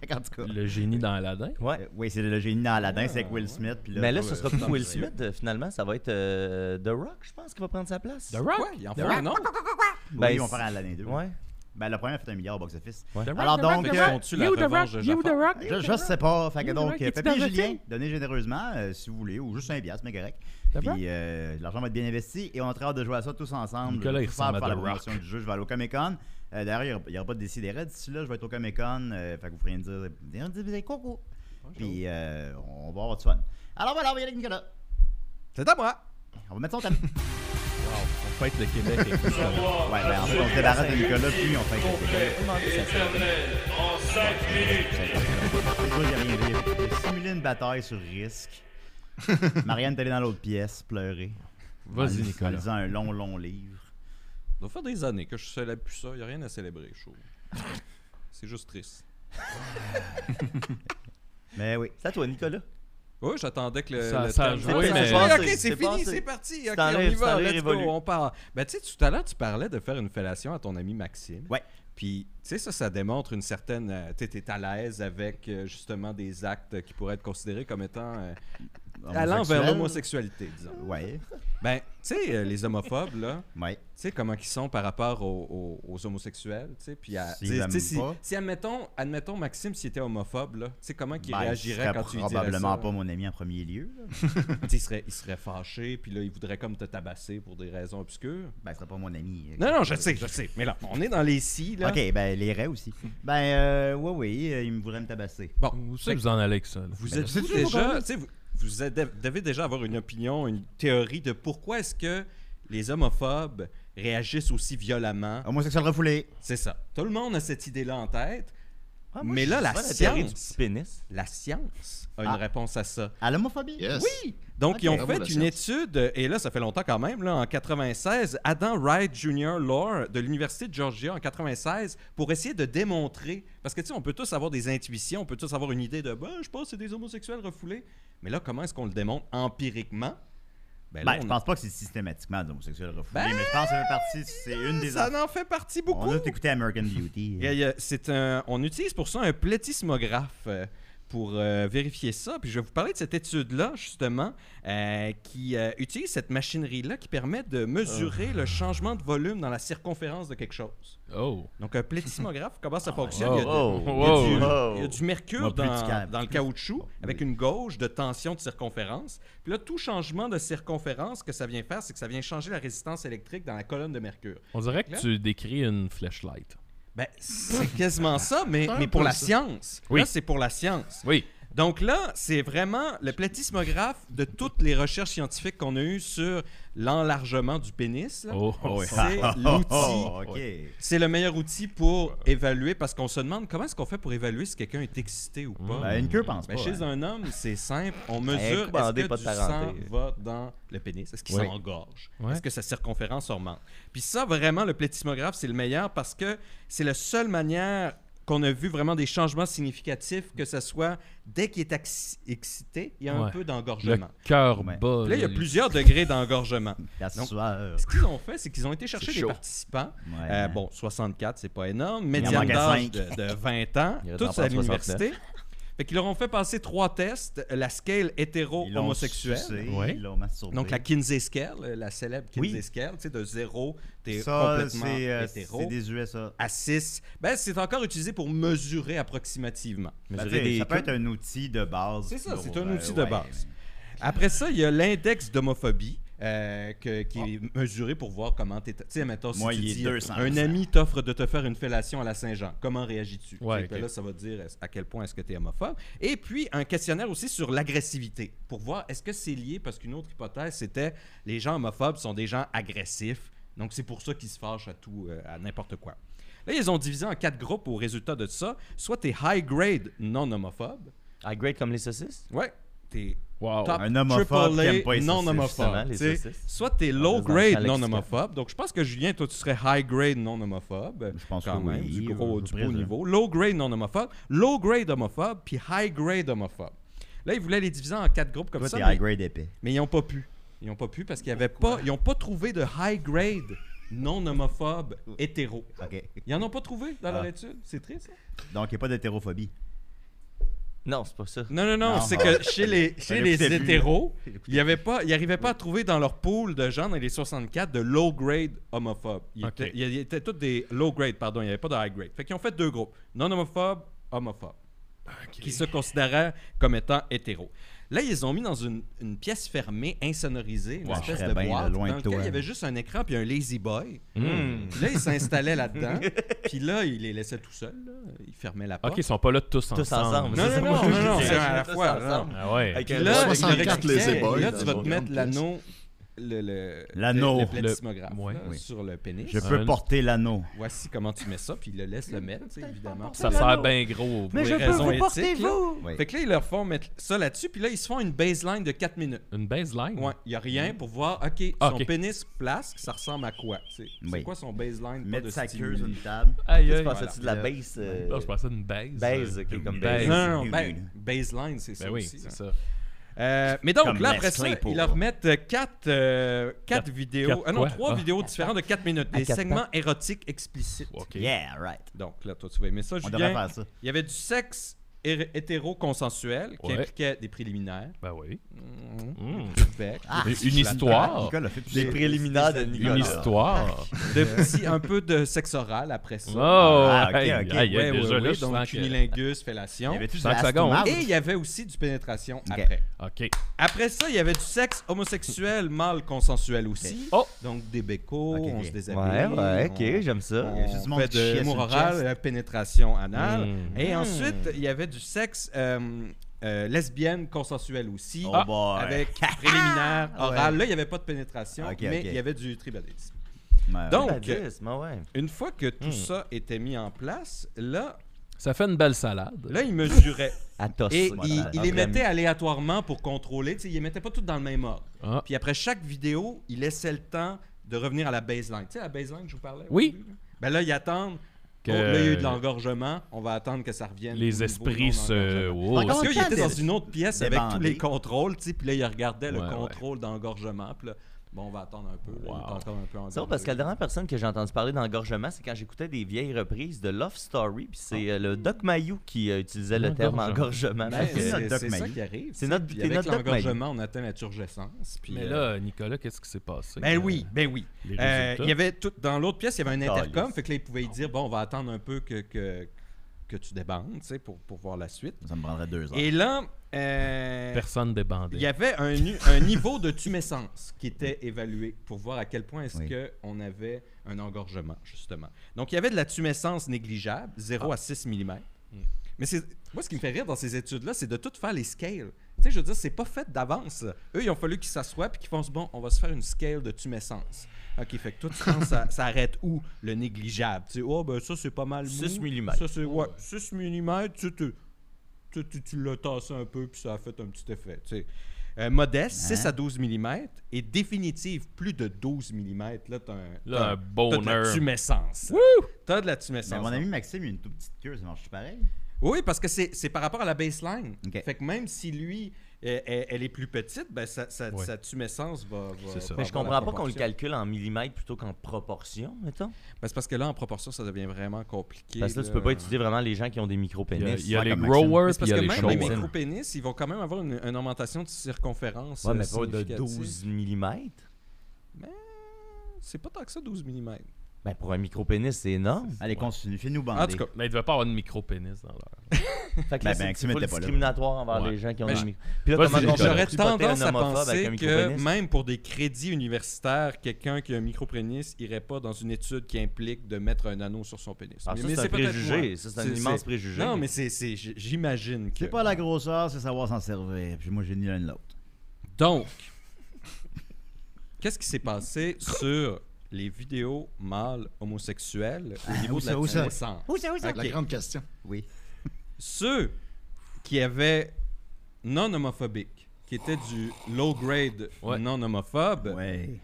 Fait en tout cas.
Le génie dans Aladdin.
Ouais.
Euh, oui, c'est le génie dans Aladdin, c'est avec Will Smith. puis
Mais là, ce sera plus
euh,
Will Smith, euh, finalement. Ça va être euh, The Rock, je pense, qui va prendre sa place.
The Rock.
Ouais, il en faut un autre.
Oui,
Ben,
ils vont
c'est-
faire Aladdin 2.
Ouais.
Ben, le premier a fait un milliard au box-office.
Ouais.
The Rock,
Alors
The
donc,
Rock, The
euh,
Rock.
font-tu la
You The
revanche
Rock,
de
You The
Jafar?
Rock.
Je, je sais pas. Fait que
Oui,
donc,
c'est vrai,
Pépé
qu'est-ce
et
que t'en
Julien, donnez généreusement, euh, si vous voulez, ou juste un piastre, mais correct.
D'accord.
Puis euh, l'argent va être bien investi et on a très hâte de jouer à ça tous ensemble.
Nicolas,
Je vais
il
tout faire
ressemble
pour
à
la
The
promotion
Rock.
du jeu. Je vais aller au Comic-Con. Euh, D'ailleurs, il y aura- il n'y aura pas de décidé d'ici là. Je vais être au Comic-Con. euh, fait que vous pourrez me dire, viens me dire des coucou. Puis euh, on va avoir du fun. Alors voilà, on va y aller avec Nicolas.
C'est à moi.
On va mettre son thème.
On fête le Québec et tout ça.
Ouais, ben en fait, on se débarrasse de Nicolas, puis on fait avec le Québec. C'est quoi, j'ai rien dit. J'ai simulé une bataille sur risque. Marianne est allée dans l'autre pièce, pleurer. En
Vas-y,
lis- En
Nicolas.
lisant un long, long livre.
Ça doit faire des années que je célèbre plus ça. Il n'y a rien à célébrer, je trouve. C'est juste triste.
Mais oui.
C'est à toi, Nicolas.
Oui, j'attendais que le.
Ça-
le
ça
thème-
joue,
Ça-
oui,
ça-
mais-
ça-
passé,
Ok,
c'est
c'est fini,
passé.
c'est parti. Ok,
en
on
l'air,
y
c'est en
va.
l'air
Let's go,
évolue.
on part. Ben, tu sais, tout à l'heure, tu parlais de faire une fellation à ton ami Maxime.
Ouais.
Puis, tu sais, ça, ça démontre une certaine. euh, Tu es à l'aise avec, euh, justement, des actes qui pourraient être considérés comme étant. euh, allant vers l'homosexualité, disons.
Ouais.
Ben, tu sais, euh, les homophobes, là.
Ouais.
tu sais, comment ils sont par rapport aux, aux- aux homosexuels, tu sais, puis à-
S'ils
tu sais,
aiment
tu sais, si,
pas.
si admettons, admettons Maxime s'il était homophobe là, tu sais comment il
Ben,
réagirait
serait
quand tu lui dirais
probablement
ça?
pas mon ami en premier lieu. là.
Tu sais, il serait il serait fâché, puis là il voudrait comme te tabasser pour des raisons obscures.
Ben, il serait pas mon ami.
Non non, je sais, je sais, mais là on est dans les si là.
Ok, ben, les raies aussi. Ben, euh, ouais, oui, euh, il me voudrait me tabasser.
Bon,
Où
fait
c'est
que
que vous en allez avec ça? là?
vous
Ben,
êtes
c'est
vous
sûr, quand
Ben, déjà,
même.
tu sais, vous, vous êtes- devez déjà avoir une opinion, une théorie de pourquoi est-ce que les homophobes réagissent aussi violemment.
Homosexuel refoulé.
C'est ça. Tout le monde a cette idée-là en tête.
Ah, moi,
Mais
je
là,
suis
la
pas la théorie du
science.
petit pénis.
La science a
Ah.
une réponse à ça.
À l'homophobie.
Yes.
Oui, Donc, ils ont
Ah
Bravo, la
fait une
science.
étude, et là, ça fait longtemps quand même, là, en 96, Adam Wright Jr. Lore de l'Université de Georgia en 96, pour essayer de démontrer, parce que tu sais, on peut tous avoir des intuitions, on peut tous avoir une idée de, ben, je pense que c'est des homosexuels refoulés, mais là, comment est-ce qu'on le démontre empiriquement? Ben, là,
Ben, je
on-
pense pas que c'est systématiquement des homosexuels refoulés,
Ben,
mais je pense que ça fait partie, c'est une des...
ça en fait partie beaucoup.
On a écouté American Beauty.
Il y a- il y a- c'est un- on utilise pour ça un plétismographe euh, pour euh, vérifier ça. Puis je vais vous parler de cette étude-là, justement, euh, qui euh, utilise cette machinerie-là qui permet de mesurer
Ah.
le changement de volume dans la circonférence de quelque chose.
Oh.
Donc, un plétismographe, comment ça fonctionne? Il y a de-
Oh,
il y a du-
Wow.
il y a du mercure
Moi, plus
dans,
du calme.
dans le caoutchouc avec une gauge de tension de circonférence. Puis là, tout changement de circonférence que ça vient faire, c'est que ça vient changer la résistance électrique dans la colonne de mercure.
On dirait que
Là.
tu décris une flashlight.
Ben, c'est quasiment ça, mais, mais pour la science.
Oui.
Là, c'est pour la science.
Oui.
Donc là, c'est vraiment le platismographe de toutes les recherches scientifiques qu'on a eues sur l'enlargement du pénis. là.
Oh, oh, oui.
C'est
Oh,
l'outil.
oh, ok.
C'est le meilleur outil pour évaluer parce qu'on se demande comment est-ce qu'on fait pour évaluer si quelqu'un est excité ou pas.
Ben, une queue pense
Ben,
pas.
chez
hein.
un homme, c'est simple. On mesure est-ce
commandez
que
pas de
du sang
parenté.
va dans le pénis, est-ce qu'il
Ouais.
s'engorge,
Ouais.
est-ce que sa circonférence augmente. Puis ça, vraiment, le plétismographe, c'est le meilleur parce que c'est la seule manière qu'on a vu vraiment des changements significatifs, que ce soit dès qu'il est axi- excité, il y a un
Ouais.
peu
Le
d'engorgement.
cœur
Ouais.
bas.
Puis Là, il y a
le-
plusieurs degrés d'engorgement.
La
Donc,
sueur.
Ce qu'ils ont fait, c'est qu'ils ont été chercher des
chaud.
participants.
Ouais.
Euh, bon, 64, c'est pas énorme.
en
Médiane
manquait
d'âge
cinq.
de, de 20 ans,
Il y en a
tous
pas
à
69.
l'université. Fait qu'ils leur ont fait passer trois tests, la scale
Ils l'ont
hétéro-homosexuelle,
sucé,
Ouais.
Ils l'ont masturbé.
donc la Kinsey scale, euh, la célèbre
Oui.
Kinsey scale, tu sais, de 0, t'es
ça,
complètement
c'est euh,
hétéro,
c'est des USA.
à 6. Ben, c'est encore utilisé pour mesurer approximativement.
Ben,
Mesurer des
ça peut
queues.
être un outil de base.
C'est ça,
pour,
c'est un
euh,
outil de
ouais,
base. Après ça, il y a l'index d'homophobie euh, que- qui est mesuré pour voir comment t'es. Tu sais, mettons, si
Moi,
tu
il est
dis, euh,
200%.
un ami t'offre de te faire une fellation à la Saint-Jean, comment réagis-tu
Ouais,
Fait que
ok.
Là, ça va te dire est-ce- à quel point est-ce que tu es homophobe. Et puis, un questionnaire aussi sur l'agressivité pour voir est-ce que c'est lié, parce qu'une autre hypothèse, c'était les gens homophobes sont des gens agressifs, donc c'est pour ça qu'ils se fâchent à tout, euh, à n'importe quoi. Là, ils ont divisé en quatre groupes au résultat de ça. Soit tu es high grade non homophobe.
Ah, great comme les saucisses?
Ouais. T'es
Wow.
top
Oh, un homophobe
triple A
qui aime pas les
non
saucisses,
justement,
homophobe.
les
t'sais.
saucisses.
Soit t'es
On
low
reste dans le
grade
champ
non
lexical.
homophobe. Donc je pense que Julien, toi tu serais high grade non homophobe.
Je pense
quand
que
même
oui,
du
euh,
gros,
je
du gros
présume.
niveau. Low grade non homophobe, low grade homophobe, puis high grade homophobe. Là ils voulaient les diviser en quatre groupes comme
Toi,
ça,
t'es
mais,
high grade épais.
mais ils n'ont pas pu. Ils n'ont pas pu parce qu'ils n'avaient pas, ils ont pas trouvé de high grade non homophobe hétéro.
OK.
Ils en ont pas trouvé dans leur
Ah.
étude. C'est triste. ça.
Donc, il n'y a pas d'hétérophobie.
Non, c'est pas ça.
Non, non, non,
Non.
c'est que chez les, chez
le
les
coûtait plus.
hétéros, ils n'arrivaient pas, ils arrivaient pas à trouver dans leur pool de gens dans les 64 de low-grade homophobes. Ils,
Ok.
étaient, ils étaient tous des low-grade, pardon, il n'y avait pas de high-grade. Fait qu'ils ont fait deux groupes, non-homophobes, homophobes, qui se considéraient comme étant hétéros. Là, ils les ont mis dans une, une pièce fermée, insonorisée, une
Wow.
espèce
Je serais
de
bien
boîte
loin
dans
de
laquelle
toi.
il y avait juste un écran puis un lazy boy.
Hmm.
Puis là, ils s'installaient là-dedans. Puis là, ils les laissaient tout seuls. là. Ils fermaient la porte.
Ok, ils sont pas là tous ensemble.
Tous ensemble.
Non,
C'est ça,
non,
moi,
non,
je
non,
dis.
c'est un à la
Tous
fois,
ensemble.
Ah ouais.
Avec
Puis
un
là,
bon-
avec le
64 les
rectangle,
éboys
là,
dans
tu vas
une
te mettre
grande
l'anneau, le, le,
L'anneau.
le, le platismographe,
Le- ouais.
là,
Oui.
sur le pénis. Ah.
Je
Un-
peux porter l'anneau.
Voici comment tu mets ça, puis il le laisse le mettre, tu sais, évidemment.
Ça sert bien gros.
Mais
oui.
je peux vous porter,
Oui.
Fait que là, ils leur font mettre ça là-dessus, puis là, ils se font une baseline de 4 minutes.
Une baseline.
Ouais, il n'y a rien pour voir, OK,
Mm. Ah,
son
ok.
pénis place, ça ressemble à quoi? tu sais. C'est
Oui.
quoi son baseline? pas
Mettre
de
sa queue
stimuli.
sur une table.
Aïe,
Tu
aïe.
pensais-tu de la
Voilà.
base? euh,
Non, je pensais à une base.
Base, ok,
Une
comme
base.
base.
Non, non,
Ben,
non, ben, baseline, c'est ça
Ben oui,
aussi,
c'est
hein.
ça.
Euh, mais donc,
Comme
là,
Les
après ça,
Claypool.
ils leur mettent euh, quatre, euh, quatre vidéos.
quatre
ah non,
quoi?
trois
Ah.
vidéos différentes de 4 minutes.
À
Des
quatre
segments érotiques explicites.
Ok.
Yeah, right.
Donc là, toi, tu vas aimer ça,
On devrait
Julien.
faire ça.
Il y avait du sexe hé- hétéro-consensuel qui
Ouais.
impliquait des préliminaires. Ah.
Ben oui. Mm.
du bec,
Une- Une
Ah,
histoire.
Nicolas fait plus
Des
ça.
préliminaires de
Une
Nicolas.
histoire.
de petits- un peu de sexe oral après ça.
Oh,
Ah, ok,
aïe,
ok.
aïe,
Ouais,
aïe,
ouais,
déjà
ouais,
là, je
donc
sens que...
cunilingus, fellation.
Y avait-tu du
Cinq
last
secondes.
mouth?
Et il y avait aussi du pénétration après.
Ok.
Après ça, il y avait du sexe homosexuel, mâle consensuel aussi.
Oh!
Donc des becos,
Ok,
on
ok.
se
Ouais,
déshabille.
ouais, ok,
on-
j'aime ça.
y a juste du
On
monde
fait
qui chiait
de
sur
l'amour
le
oral,
chest.
la pénétration anale.
Hmm.
Mm.
Et ensuite, il y avait du sexe euh, euh, lesbienne consensuel aussi.
Oh boy.
Avec préliminaire,
Ah ouais.
oral. Là, il n'y avait pas de pénétration,
Ok,
mais
ok.
il y avait du tribalisme.
Ouais, ouais.
Donc,
Badis, mais ouais.
Hmm.
Une fois que tout ça était mis en place, là,
Ça fait une belle salade.
Là, il mesurait.
À tos.
Et
Voilà.
il, il les
Entre
mettait aléatoirement pour contrôler. Tu sais, il les mettait pas toutes dans le même ordre.
Ah.
Puis après chaque vidéo, il laissait le temps de revenir à la baseline. Tu sais, la baseline, je vous parlais. au
Oui.
début, là? Ben là, ils attendent.
Que-
Bon, là, il y a eu de l'engorgement. On va attendre que ça revienne. au
les
niveau
esprits se.
non-engorgement.
Wow.
Parce qu'il
Content
était dans
d'être
une autre pièce avec tous
débandé.
les contrôles, tu sais, puis là, il regardait
Ouais,
le contrôle d'engorgement. Puis là, bon, on va attendre un peu. là, il est
Wow.
encore un peu
C'est drôle parce que la
engorgé.
dernière personne que j'ai entendu parler d'engorgement, c'est quand j'écoutais des vieilles reprises de Love Story, puis c'est euh, le Doc Mayou qui euh, utilisait le terme
Ah. Ben,
engorgement. Fait
c'est
que-
c'est
notre
c'est
Doc
ça
Maï.
qui arrive.
C'est notre-
Puis
t'es
avec
notre Doc Maï.
l'engorgence, on atteint la turgescence. puis,
Mais
euh,
là, Nicolas, qu'est-ce qui s'est passé?
ben oui, ben oui.
les
Euh,
résultats.
il y avait tout, dans l'autre pièce, il y avait un
Calice.
intercom, fait que là, ils pouvaient dire, bon, on va attendre un peu que, que, que tu débandes, tu sais, pour, pour voir la suite.
Ça me prendrait deux heures.
Et là, euh,
Personne débandé.
il y avait un, nu- un niveau de tumescence qui était évalué pour voir à quel point est-ce
Oui.
que on avait un engorgement, justement. Donc, il y avait de la tumescence négligeable, 0 à 6 mm. Mais c'est moi, ce qui me fait rire dans ces études-là, c'est de tout faire les scales. Tu sais, je veux dire, c'est pas fait d'avance. Eux, ils ont fallu qu'ils s'assoient puis qu'ils font bon, on va se faire une scale de tumescence. OK, fait que toi, tu penses, ça, ça arrête où le négligeable? Tu sais, oh, ben ça, c'est pas mal. mou.
6 mm.
Ça, c'est, ouais, 6 mm, tu te tu, tu- tu l'as tassé un peu, puis ça a fait un petit effet. tu sais. Euh, modeste,
Hein?
6 à 12 mm, et définitive, plus de 12 mm. Là, t'as un,
Là, un
t'as- t'as de la
bonheur.
tumescence. T'as de la tumescence. hein?
Mais mon ami Maxime, il a une toute petite queue, ça marche pareil.
Oui, parce que c'est c'est par rapport à la baseline.
Ok.
Fait que même si lui, euh, elle, elle est plus petite, ben, sa, sa,
Ouais.
sa tumescence va. va-
C'est ça.
va
Mais je
avoir la
comprends pas qu'on le
proportion.
calcule en millimètres plutôt qu'en proportion, mettons.
Ben, c'est parce que là, en proportion, ça devient vraiment compliqué.
Parce que là, tu peux pas étudier vraiment les gens qui ont des
Il y a,
micro-pénis.
il y a
Ouais,
les
comme Maxime.
growers,
Mais
puis
c'est
il
parce
y a
que
les
même les
showers.
micropénis, ils vont quand même avoir une, une augmentation de circonférence.
Ouais,
euh,
mais pas de
significative.
12 mm.
C'est pas tant que ça, 12 mm.
Ben, pour un micro-pénis, c'est énorme.
Allez, continue, fais-nous bander.
En tout cas,
Mais il devait pas avoir de micro-pénis dans leur.
Fait que
Ben,
là,
ben,
c'est
Maxime
full
était pas là.
discriminatoire envers
Ouais.
les gens qui ont
Ben,
des
je-
micro Puis
Moi,
là, comment
c'est-
qu'on peut
j'aurais
tripoter un
tendance à
homophobe avec un
penser que
micro-pénis?
même pour des crédits universitaires, quelqu'un qui a un micropénis irait pas dans une étude qui implique de mettre un anneau sur son pénis.
Ah, ça, c'est un
peut-être
préjugé.
moi.
Ça, c'est un immense
c'est-
préjugé.
Non, mais c'est, c'est- j- j'imagine que.
C'est pas la grosseur, c'est savoir s'en servir. Puis moi, j'ai ni l'un ni l'autre.
Donc, qu'est-ce qui s'est passé sur les vidéos mâles homosexuels au niveau
Ah, où
de la
ça, où ça?
tumescence?
La grande question.
Oui.
ceux qui avaient non homophobique, qui étaient du low grade
Ouais.
non homophobe,
Ouais.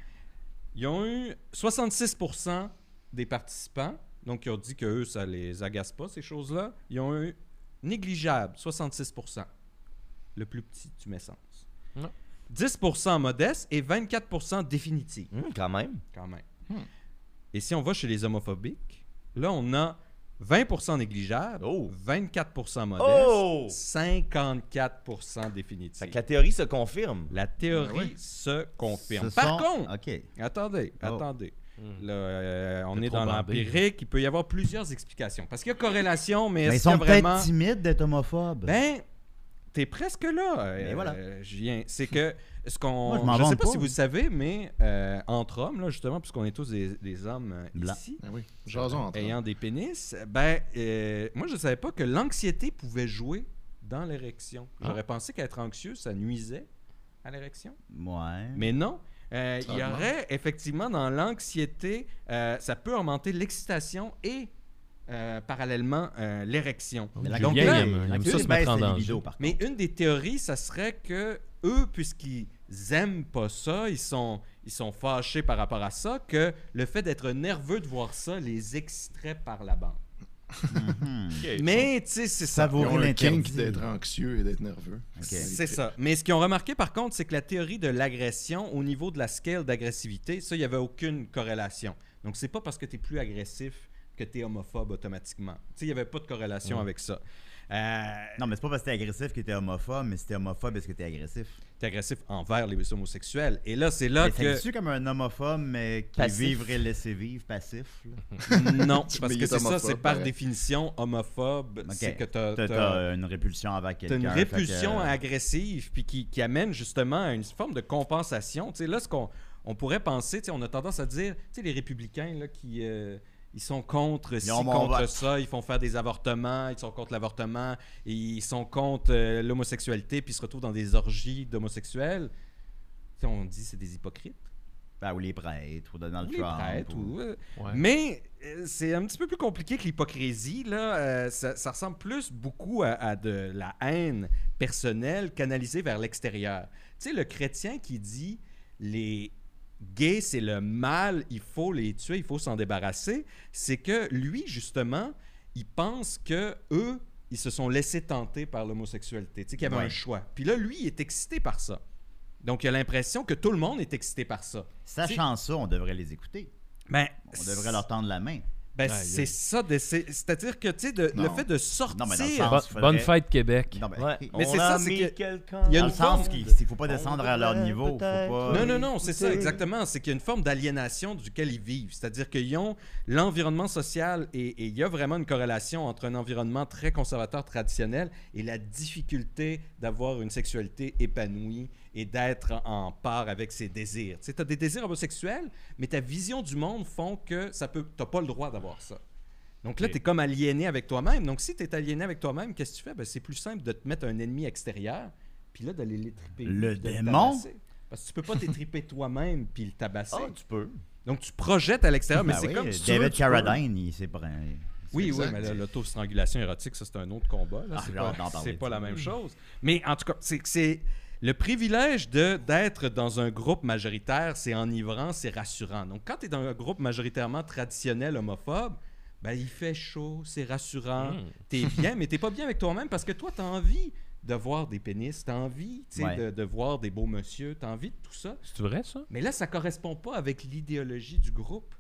ils ont eu 66% des participants, donc ils ont dit que eux ça les agace pas ces choses-là, ils ont eu négligeable 66%. Le plus petit tu mets sens.
Ouais.
10% modeste et 24% définitif
Hum, quand même.
quand même. Et si on va chez les homophobiques, là, on a 20% négligeable, 24% modeste,
Oh!
54% définitif.
Fait que la théorie se confirme.
La théorie
Ben oui.
se confirme.
Ce
Par
sont-
contre,
OK.
attendez,
Oh.
attendez. Là, euh, on
T'es
est
trop
dans
bandé.
l'empirique, il peut y avoir plusieurs explications. Parce qu'il y a corrélation, mais
Mais Ben, ils
est-ce qu'il y a
sont peut-être
vraiment...
timides d'être homophobes.
Ben, t'es presque là.
Ben voilà.
je viens. C'est que ce qu'on.
Moi, je m'en
je sais
vante
pas,
pas.
si vous le savez, mais euh, entre hommes, là, justement, puisqu'on est tous des, des hommes euh,
Blancs.
ici,
Ben oui, jason entre
ayant des pénis, ben, euh, moi, je savais pas que l'anxiété pouvait jouer dans l'érection.
Ah.
J'aurais pensé qu'être anxieux, ça nuisait à l'érection.
ouais.
Mais non. Euh, il y
Clairement.
aurait effectivement dans l'anxiété, euh, ça peut augmenter l'excitation et euh, parallèlement euh, l'érection.
Mais la
Donc
Julien,
là,
il aime- il aime ça se
baisse
mettre en
la
danger.
libido, par
mais une des théories, ça serait que eux, puisqu'ils aiment pas ça, ils sont, ils sont fâchés par rapport à ça, que le fait d'être nerveux de voir ça les extrait par la bande. Mais tu sais, c'est
Ça
ça.
Ils
vaut
ont un kink
l'interdit.
d'être anxieux et d'être nerveux.
C'est ça. Mais ce qu'ils ont remarqué, par contre, c'est que la théorie de l'agression au niveau de la scale d'agressivité, ça, il n'y avait aucune corrélation. Donc, c'est pas parce que tu es plus agressif que tu es homophobe automatiquement. Tu sais, il n'y avait pas de corrélation avec ça. Euh,
Non, mais c'est pas parce que t'es agressif que t'es homophobe, mais si t'es homophobe, est-ce que t'es agressif?
t'es agressif envers les homosexuels. Et là, c'est là
Mais
que...
t'es-tu comme un homophobe, mais qui
Passif.
vivrait, laisser vivre, passif? là?
Non,
Mais
parce
il
que
est
c'est ça,
homophobe,
c'est par
pareil.
définition homophobe,
Ok.
c'est que t'as-
T'as-
t'as-
T'as une répulsion avec
T'as
quelqu'un.
une
fait que- euh,
répulsion agressive puis qui, qui amène justement à une forme de compensation. Tu sais, là, ce qu'on on pourrait penser, tu sais, on a tendance à dire, tu sais, les républicains là, qui euh, ils sont contre ci,
ont mon
contre
vote.
ça, ils font faire des avortements, ils sont contre l'avortement, et ils sont contre euh, l'homosexualité puis ils se retrouvent dans des orgies d'homosexuels. Tu sais, on dit c'est des hypocrites.
Ben, ou euh, les prêtres, ou Donald
Ou les
Trump.
prêtres,
ou-
ou, euh,
Ouais.
Mais euh, c'est un petit peu plus compliqué que l'hypocrisie. Là. Euh, ça, ça ressemble plus beaucoup à, à de la haine personnelle canalisée vers l'extérieur. Tu sais, le chrétien qui dit les gays, c'est le mal, il faut les tuer, il faut s'en débarrasser, c'est que lui, justement, il pense que eux, ils se sont laissés tenter par l'homosexualité, tu sais, qu'il y avait un
Ouais.
choix. Puis là, lui, il est excité par ça. Donc, il a l'impression que tout le monde est excité par ça.
Sachant ça, on devrait les écouter.
Ben,
On devrait leur tendre la main.
ben,
Aïe,
c'est
aïe.
ça, de- c'est- c'est-à-dire que, tu sais, de- le
Non.
fait de
Non, mais dans le
sortir...
sens, faudrait-
Bonne, fête, Québec.
Non, mais,
Ouais.
ok.
Mais
On
c'est ça,
a
c'est
mis
que-
quelqu'un.
il y a
dans
une
le sens
forme
qu'il ne faut pas
On
descendre à leur
devrait
niveau. Faut
peut-être-
pas...
Non, non, non, c'est ça,
Écoutez.
exactement. C'est qu'il y a une forme d'aliénation duquel ils vivent. C'est-à-dire qu'ils ont l'environnement social et et il y a vraiment une corrélation entre un environnement très conservateur traditionnel et la difficulté d'avoir une sexualité épanouie et d'être en part avec ses désirs. Tu sais, as des désirs homosexuels, mais ta vision du monde font que ça peut, t'as pas le droit d'avoir ça. Donc là,
Ok.
tu es comme aliéné avec toi-même. Donc si tu es aliéné avec toi-même, qu'est-ce que tu fais? Ben, c'est plus simple de te mettre un ennemi extérieur, puis là, d'aller l'étriper.
Le
puis de
démon?
tabasser. Parce que tu peux pas t'étriper toi-même puis le tabasser.
Ah, tu peux.
Donc tu projettes à l'extérieur, mais
Oh. Ben
c'est
oui,
comme tu veux,
David
tu peux.
Carradine, il s'est pris.
Oui, oui,
exact.
mais là, l'auto-strangulation érotique, ça c'est un autre combat. là.
Ah,
c'est
j'ai
pas,
hâte d'en parler
c'est
de
pas
ça.
la même chose. Mais en tout cas, c'est que c'est le privilège de d'être dans un groupe majoritaire, c'est enivrant, c'est rassurant. Donc quand tu es dans un groupe majoritairement traditionnel homophobe, ben, il fait chaud, c'est rassurant,
Hmm.
Mm.
t'es bien, mais t'es pas bien avec toi-même parce que toi, t'as envie de voir des pénis, t'as envie tu sais,
Ouais.
de, de voir des beaux monsieur, t'as envie de tout ça.
C'est vrai, ça?
Mais là, ça correspond pas avec l'idéologie du groupe.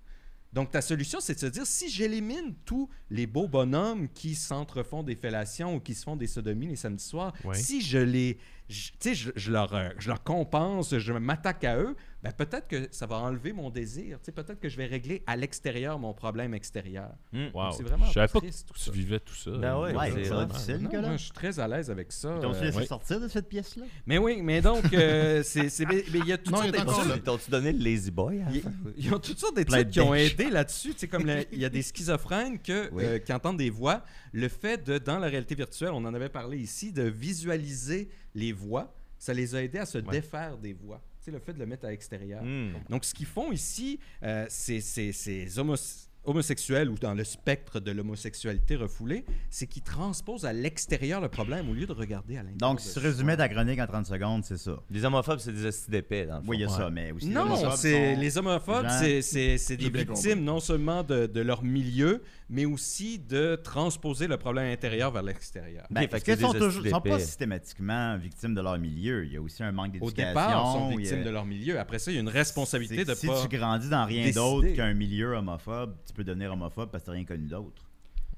Donc, ta solution, c'est de se dire si j'élimine tous les beaux bonhommes qui s'entrefont des fellations ou qui se font des sodomies les samedis soirs,
Ouais.
si je les. je- Tu sais, je, je leur, euh, je leur compense, je m'attaque à eux, ben peut-être que ça va enlever mon désir. Tu sais, peut-être que je vais régler à l'extérieur mon problème extérieur.
Hmm.
Wow.
c'est vraiment
Je savais pas que
triste, tout
tu
ça.
vivais tout ça.
Ben ouais,
Ouais,
c'est
c'est
vrai.
difficile,
Non, moi,
Nicolas.
je suis très à l'aise avec ça.
T'as aussi
euh,
laissé
ouais.
sortir de cette pièce-là?
Mais oui, mais donc, euh, c'est, c'est- mais mais il y a toutes
Non,
sortes
il est encore
d'études.
là.
T'as-tu donné le lazy boy? à la
Il-
fin?
Ils ont toutes sortes
Plein
d'études
de
qui ont
dingues.
aidé là-dessus. C'est comme le- il y a des schizophrènes que,
Oui.
euh, qui entendent des voix. Le fait de, dans la réalité virtuelle, on en avait parlé ici, de visualiser les voix, ça les a aidés à se défaire des voix. C'est le fait de le mettre à l'extérieur.
Hmm.
Donc, ce qu'ils font ici, euh, c'est c'est- ces homos- homosexuels ou dans le spectre de l'homosexualité refoulée, c'est qu'ils transposent à l'extérieur le problème au lieu de regarder à l'intérieur.
Donc,
de
si tu
soi.
résumais ta chronique en 30 secondes, c'est ça.
Les homophobes, c'est des hosties d'épais, dans le fond.
Oui, il y a
Ouais.
ça, mais aussi.
Non,
homophobes
c'est
sont-
les homophobes,
gens-
c'est- c'est c'est des
J'ai bien
victimes
compris.
non seulement de, de leur milieu, mais aussi de transposer le problème intérieur vers l'extérieur.
Ben,
Ok,
parce
fait que
qu'ils sont,
c'est des
toujours,
hosties
sont pas
d'épais.
systématiquement victimes de leur milieu. Il y a aussi un manque
Au
d'éducation.
départ, ils sont
il y a-
victimes de leur milieu. Après ça, il y a une responsabilité
C'est
de
que si
pas.
tu grandis dans rien
décider.
d'autre qu'un milieu homophobe, tu peux devenir homophobe parce que tu n'as rien connu d'autre.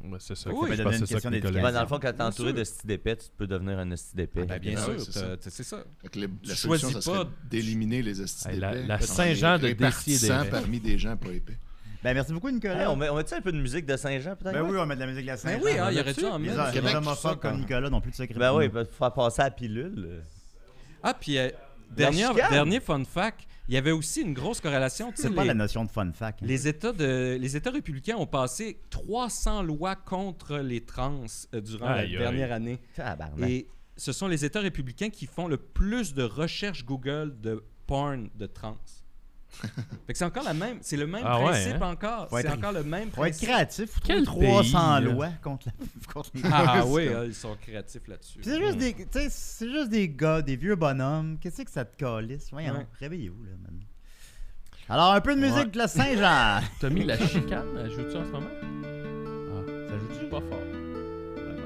Ben, c'est ça.
Oui,
que
mais
je
donner
pense
une
que c'est ça
question
que Nicolas
Ben,
dit.
dans le fond, quand t'es
Bien
entouré
sûr.
de hosties d'épais, tu peux devenir un hostie d'épais.
Ben, bien
Ah
sûr,
oui, c'est
t'as- t'as- c'est ça.
Fait que le- la
Choisis
solution, ça
pas
serait
de-
d'éliminer les estis
Hey, la-
d'épais.
la
Parce qu'on
Saint-Jean
est
de
répartissant
Décideret.
parmi des gens pas épais.
Ben, merci beaucoup, Nicolas.
Hey, on met- on met-tu un peu de musique de Saint-Jean, peut-être?
Ben oui, on met de la musique de la
Ben
Saint-Jean.
oui, hein, il
là-dessus.
aurait dû en
Les,
mettre.
les
Québec, tout ça,
homophobes
hein.
quand
comme
même.
Nicolas n'ont plus de secret.
Ben oui,
pour nous.
parce qu'il faut faire passer à la pilule.
Ah, puis euh, dernière-
chicane.
dernier fun fact, il y avait aussi une grosse corrélation. tu sais,
c'est pas
les-
la notion de fun fact. hein.
Les États, de, les États républicains ont passé 300 lois contre les trans euh, durant
Aïe, aïe.
la dernière année.
Tabarnak.
Et ce sont les États républicains qui font le plus de recherches Google de porn de trans. fait que c'est encore la même, c'est le même
Ah ouais,
principe
hein?
encore,
Faut
c'est
être-
encore le même
Faut être
principe.
créatif. Faut trouver
Quel
300
pays, là.
lois contre, la... contre les
ah oui, hein, ils sont créatifs là-dessus.
Puis C'est juste, des, tu sais, c'est juste des gars, des vieux bonhommes. Qu'est-ce que ça te calisse? Voyons,
Ouais.
réveillez-vous, là, maintenant. Alors, un peu de musique
Ouais.
de la Saint-Jean.
T'as mis la chicane, elle joue-tu en ce moment? Ah, ça joue-tu? Pas fort.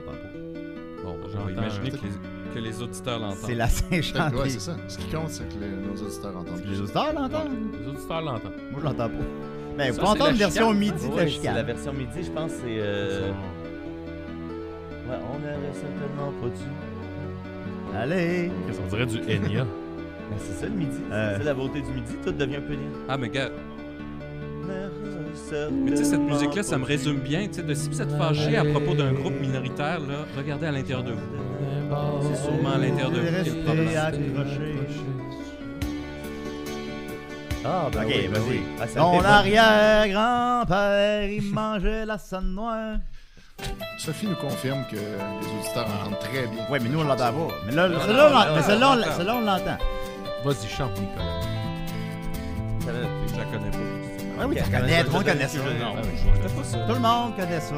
Bon, on
bah, J'entends
va imaginer
un-
que les, que les auditeurs
c'est
l'entendent.
la Saint-Jean.
Ouais,
qui-
c'est ça. Ce qui compte, c'est que les- nos auditeurs entendent.
Ah, que les auditeurs l'entendent.
Les auditeurs l'entendent.
Moi, je l'entends pas. Mais vous pouvez
Ça, c'est
entendre
la
une version
chicane,
midi de la
Ouais, c'est la
chicane.
version midi, je pense, c'est. euh, Ouais, on aurait certainement pas dû.
Allez!
Qu'est-ce qu'on dirait du Enya?
Ben, c'est ça le midi. C'est-
Euh.
C'est la beauté du midi, tout devient un peu libre.
Ah mais gars, mais tu sais cette musique là ça me résume bien, tu sais de si vous êtes fâché à propos d'un groupe minoritaire là, regardez à l'intérieur de vous. C'est sûrement à l'intérieur de vous qu'il y a le
Restez
problème.
accrochés.
Ah, ben
Ok,
oui, ben
vas-y.
oui. Ah, ça
Mon
fait-
arrière-grand-père, il mangeait la sonne noire.
Sophie nous confirme que les auditeurs entendent très bien.
Ouais, mais nous, on l'entend pas. Mais là,
non,
celle-là, on
non,
l'entend-
non,
mais
non,
celle-là,
on
on l'-
l'entend.
celle-là, on l'entend.
Vas-y, chante, Nicolas.
Ça va.
Je la connais pas.
Ah oui, tu
connais, tout le monde connaît ça.
Ah,
Non, je connais pas ça.
Tout le monde connaît ça.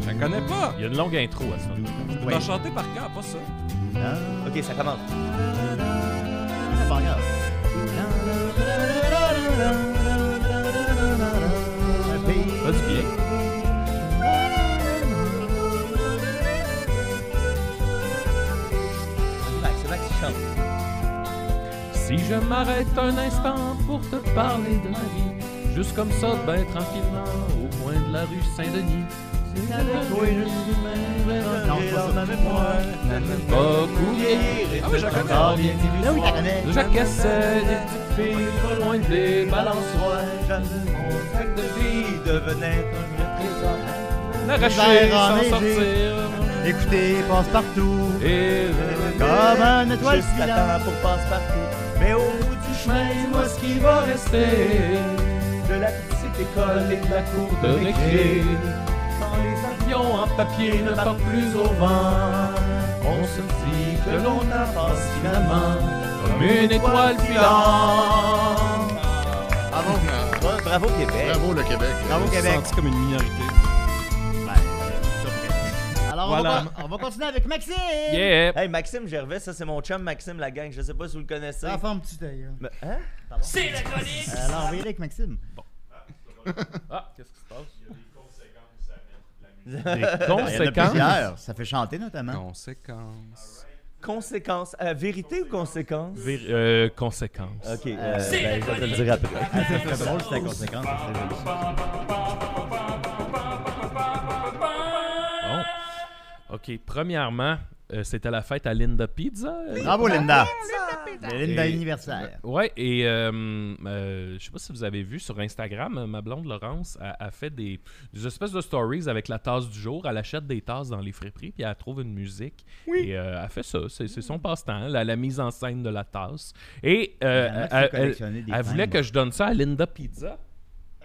Je la connais pas.
Il y a une longue intro à ça.
Je peux
Oui.
la chanter par cœur, pas ça.
Ah,
Ok, ça commence.
c'est pas grave.
Pas du bien.
C'est Max, c'est Max qui chante.
Si je m'arrête un instant pour te parler de ma vie, juste comme ça, ben tranquillement, au coin de la rue Saint-Denis. C'est avec toi et juste une main,
Non, c'est pas ça.
pas courir.
Ah oui, je la connais.
Ah, bien, c'est lui, je connais.
De Jacques Cassel, des petites filles, pas loin des balançoires. Mon sac de vie devenait un vrai trésor. L'arracher
Hiver
sans
enneigé.
sortir.
Écoutez, passe partout.
Et
Comme un étoile
Juste
filante.
attends pour passer partout. Mais au bout du chemin,
moi ce qui va rester de la petite école et de la cour de récré. Quand les avions en papier ne partent plus au vent, on se dit que l'on avance finalement comme une étoile filante.
Bravo.
Ah,
Bra- Bravo Québec.
Bravo le Québec.
Bravo,
Je me suis
Québec.
senti comme une minorité. hein.
Ben, c'est ça. Alors, on,
Voilà.
va, on va continuer avec Maxime.
Yeah!
Hey, Maxime Gervais, ça c'est mon chum Maxime la gang. Je sais pas si vous le connaissez.
Ça forme tu d'ailleurs.
Mais- hein?
Alors, oui, avec Maxime.
Ah, qu'est-ce qui se passe?
Des Ah, Il y en a
conséquences.
plusieurs. Ça fait chanter, notamment.
Conséquence.
Conséquence. Euh, vérité ou conséquence?
Euh, conséquences.
Ok, euh, ben, je vais te le dire après.
Ah, ça, c'est drôle, c'est la conséquence. c'est joli.
Bon. Ok, premièrement, euh, c'était la fête à Linda Pizza. euh,
Bravo, Linda.
Ah.
Le Linda
Et-
anniversaire.
Ouais, et euh, euh, je sais pas si vous avez vu sur Instagram, euh, ma blonde Laurence a, a fait des, des espèces de stories avec la tasse du jour. Elle achète des tasses dans les friperies, puis elle trouve une musique. Et euh, elle fait ça. C'est c'est son passe-temps, la, la mise en scène de la tasse. Et euh,
Finalement, tu
elle,
peux
elle-
collectionner des
elle voulait
timbres.
que je donne ça à Linda Pizza.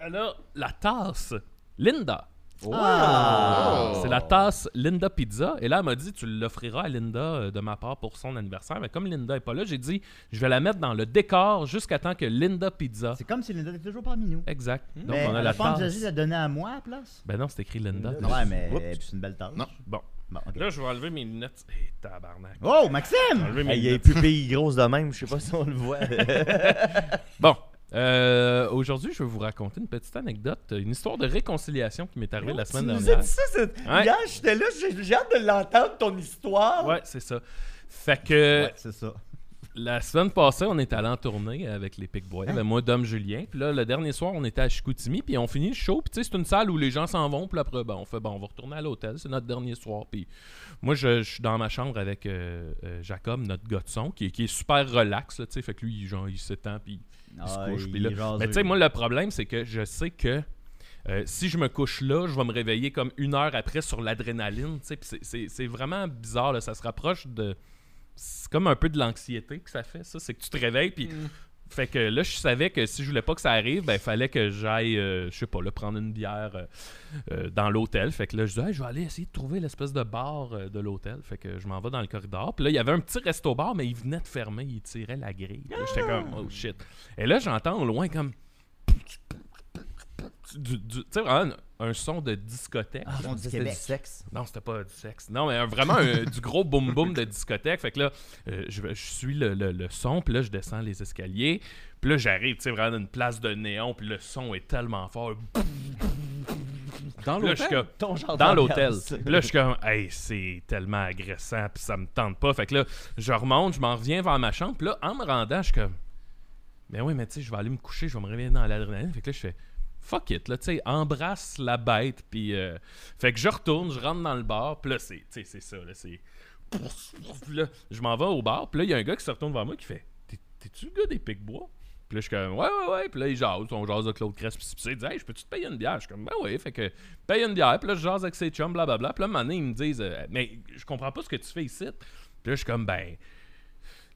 Alors, la tasse. Linda.
Ah.
C'est la tasse Linda Pizza. Et là, elle m'a dit, tu l'offriras à Linda euh, de ma part pour son anniversaire. Mais comme Linda n'est pas là, j'ai dit, je vais la mettre dans le décor jusqu'à temps que Linda Pizza.
C'est comme si Linda était toujours parmi nous.
Exact. Donc,
Mais
on a
elle
la
a pas
tasse.
envisagé de la donner à moi à la place?
Ben non, c'est écrit Linda.
Ouais, mais
Oups.
c'est une belle tasse.
Non.
Bon.
Bon, ok.
Là, je vais enlever mes lunettes. Eh, tabarnak.
Oh,
Je vais
Maxime!
enlever mes
Hey, il y a les
lunettes.
pupilles grosses de même, je sais pas si on le voit.
Bon. Euh, Aujourd'hui, je vais vous raconter une petite anecdote, une histoire de réconciliation qui m'est arrivée
Oh,
la semaine
Tu nous
dernière.
as dit ça, c'est-
Ouais.
Hier, j'étais là, j'ai j'ai hâte de l'entendre, ton histoire.
Ouais, c'est ça. Fait que
Ouais, c'est ça.
La semaine passée, on est allé en tournée avec les Pic Boys, avec moi, Dom, Julien. Puis là, le dernier soir, on était à Chicoutimi, puis on finit le show. Puis tu sais, c'est une salle où les gens s'en vont. Puis après, ben, on fait, ben, on va retourner à l'hôtel. C'est notre dernier soir. Puis moi, je, je suis dans ma chambre avec euh, euh, Jacob, notre gars de son, qui, est- qui est super relax. là, Tu sais, fait que lui, il- genre, il s'étend, puis il se
Ah,
couche.
il
puis là-
est jaseux.
Mais tu sais, moi, le problème, c'est que je sais que euh, si je me couche là, je vais me réveiller comme une heure après sur l'adrénaline. tu sais, puis c'est- C'est c'est vraiment bizarre. là, Ça se rapproche de. C'est comme un peu de l'anxiété que ça fait, ça. C'est que tu te réveilles, puis. Fait que là, je savais que si je voulais pas que ça arrive, ben, fallait que j'aille, euh, je sais pas, là, prendre une bière euh, euh, dans l'hôtel. Fait que là, je disais, Hey, je vais aller essayer de trouver l'espèce de bar euh, de l'hôtel. Fait que je m'en vais dans le corridor. Puis là, il y avait un petit resto-bar, mais il venait de fermer. Il tirait la grille. Puis là, J'étais comme, oh shit. Et là, j'entends au loin comme. Du, du- tu sais, vraiment un, un son de discothèque.
Ah, on dit
C'était du
Québec.
sexe.
Non, c'était pas du sexe. Non, mais euh, vraiment euh, du gros boom boom de discothèque. Fait que là, euh, je, vais- je suis le, le- le son, puis là, je descends les escaliers. Puis là, j'arrive, tu sais, vraiment dans une place de néon, puis le son est tellement fort.
Dans
Puis là, je suis
l'hôtel.
comme-
Ton genre
dans l'hôtel.
d'ambiance.
Puis là, je suis comme, hey, c'est tellement agressant, puis ça me tente pas. Fait que là, je remonte, je m'en reviens vers ma chambre. Puis là, en me rendant, je suis comme, ben oui, mais tu sais, je vais aller me coucher, je vais me réveiller dans l'adrénaline. Fait que là, je fais, fuck it, là, tu sais, embrasse la bête. Puis, euh, fait que je retourne, je rentre dans le bar, puis là, c'est, tu sais, c'est ça, là, c'est. Puis là, je m'en vais au bar, puis là, il y a un gars qui se retourne vers moi qui fait, T'es- t'es-tu le gars des pics-bois? Puis là, je suis comme, ouais, ouais, ouais. Puis là, il jase. On jase de Claude Crest. Puis c'est, il dit, hey, je peux-tu te payer une bière? Je suis comme, ben oui. Fait que, paye une bière. Puis là, je jase avec ses chums, blablabla. Puis là, un moment donné, ils me disent, euh, mais je comprends pas ce que tu fais ici. Puis là, je suis comme, ben.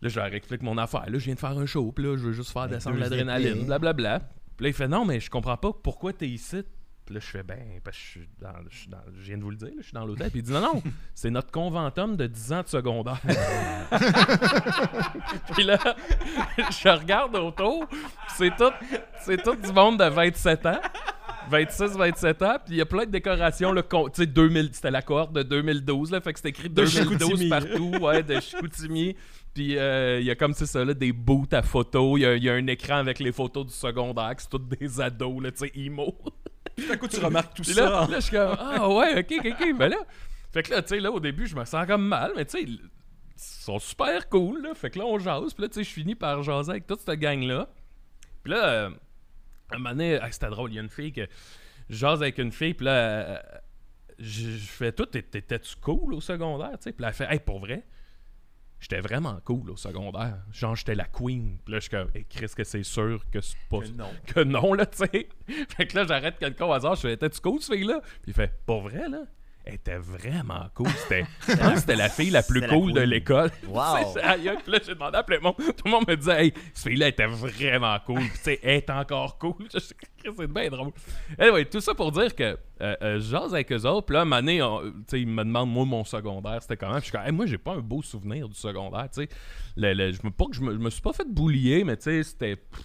Là, je leur explique mon affaire. Là, je viens de faire un show. Puis là, je veux juste faire descendre
deux
l'adrénaline,
épées.
blablabla. Puis là, il fait, non, mais je comprends pas pourquoi t'es ici. Puis Puis là, je fais, ben, parce que je suis dans, je, suis dans- je viens de vous le dire, là, je suis dans l'hôtel. Puis il dit, non, non, c'est notre conventum de 10 ans de secondaire. puis là, je regarde autour, puis c'est tout, c'est tout du monde de 27 ans. 26, 27 ans, puis il y a plein de décorations. là, con- Tu sais, 2000, c'était la cohorte de 2012, là, fait que c'était écrit 2012 partout, ouais, de Chicoutimi. Puis euh, il y a comme, c'est ça, là, des boots à photos. Il y a- il y, a un écran avec les photos du secondaire, que c'est toutes des ados, là, tu sais, emo.
Tout à coup, tu remarques tout
Puis
ça.
là, là, je suis comme, ah ouais, ok, ok, ok. Ben là, fait que là, tu sais, là, au début, je me sens comme mal, mais tu sais, ils sont super cool, là. Fait que là, on jase. Puis là, tu sais, je finis par jaser avec toute cette gang-là. Puis là, euh, un moment donné, ah, c'était drôle, il y a une fille que. Je jase avec une fille, puis là, euh, je, je fais tout, T'es- t'es- t'étais-tu cool au secondaire, tu sais? Puis là, elle fait, hey, pour vrai, j'étais vraiment cool au secondaire. Genre, j'étais la queen. Puis là, je suis comme, hey, Chris, que c'est sûr que c'est pas.
Que non.
Que non, là, tu sais. fait que là, j'arrête quelqu'un au hasard, je fais, t'es-tu cool, cette fille-là? Puis il fait, pour vrai, là? Elle était vraiment cool. C'était, je pense que c'était la fille la plus
C'était la
cool de
queen.
l'école.
Wow.
C'est- aïe, aïe. Puis là, j'ai demandé à plein de monde. Tout le monde me disait, hey, ce fille-là était vraiment cool. Puis, tu sais, elle est encore cool. Je sais que c'est bien drôle. Anyway, tout ça pour dire que euh, euh, je jase avec eux autres. Puis là, Mané, tu sais, ils me demandent, moi, mon secondaire, c'était comment. Puis je suis comme, Hey, moi, j'ai pas un beau souvenir du secondaire. Tu sais, Le- le- je me- pas que je me, je me suis pas fait boulier, mais tu sais, c'était. pff,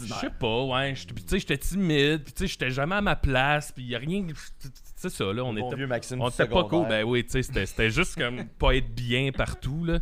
je sais pas, ouais. j'étais- puis, Tu sais, j'étais timide. Puis, tu sais, j'étais jamais à ma place. Puis, il y a rien. C'est ça, là. On
Mon
était
vieux Maxime
on
du
était pas
secondaire.
cool. Ben oui, tu sais, c'était- c'était juste comme pas être bien partout, là.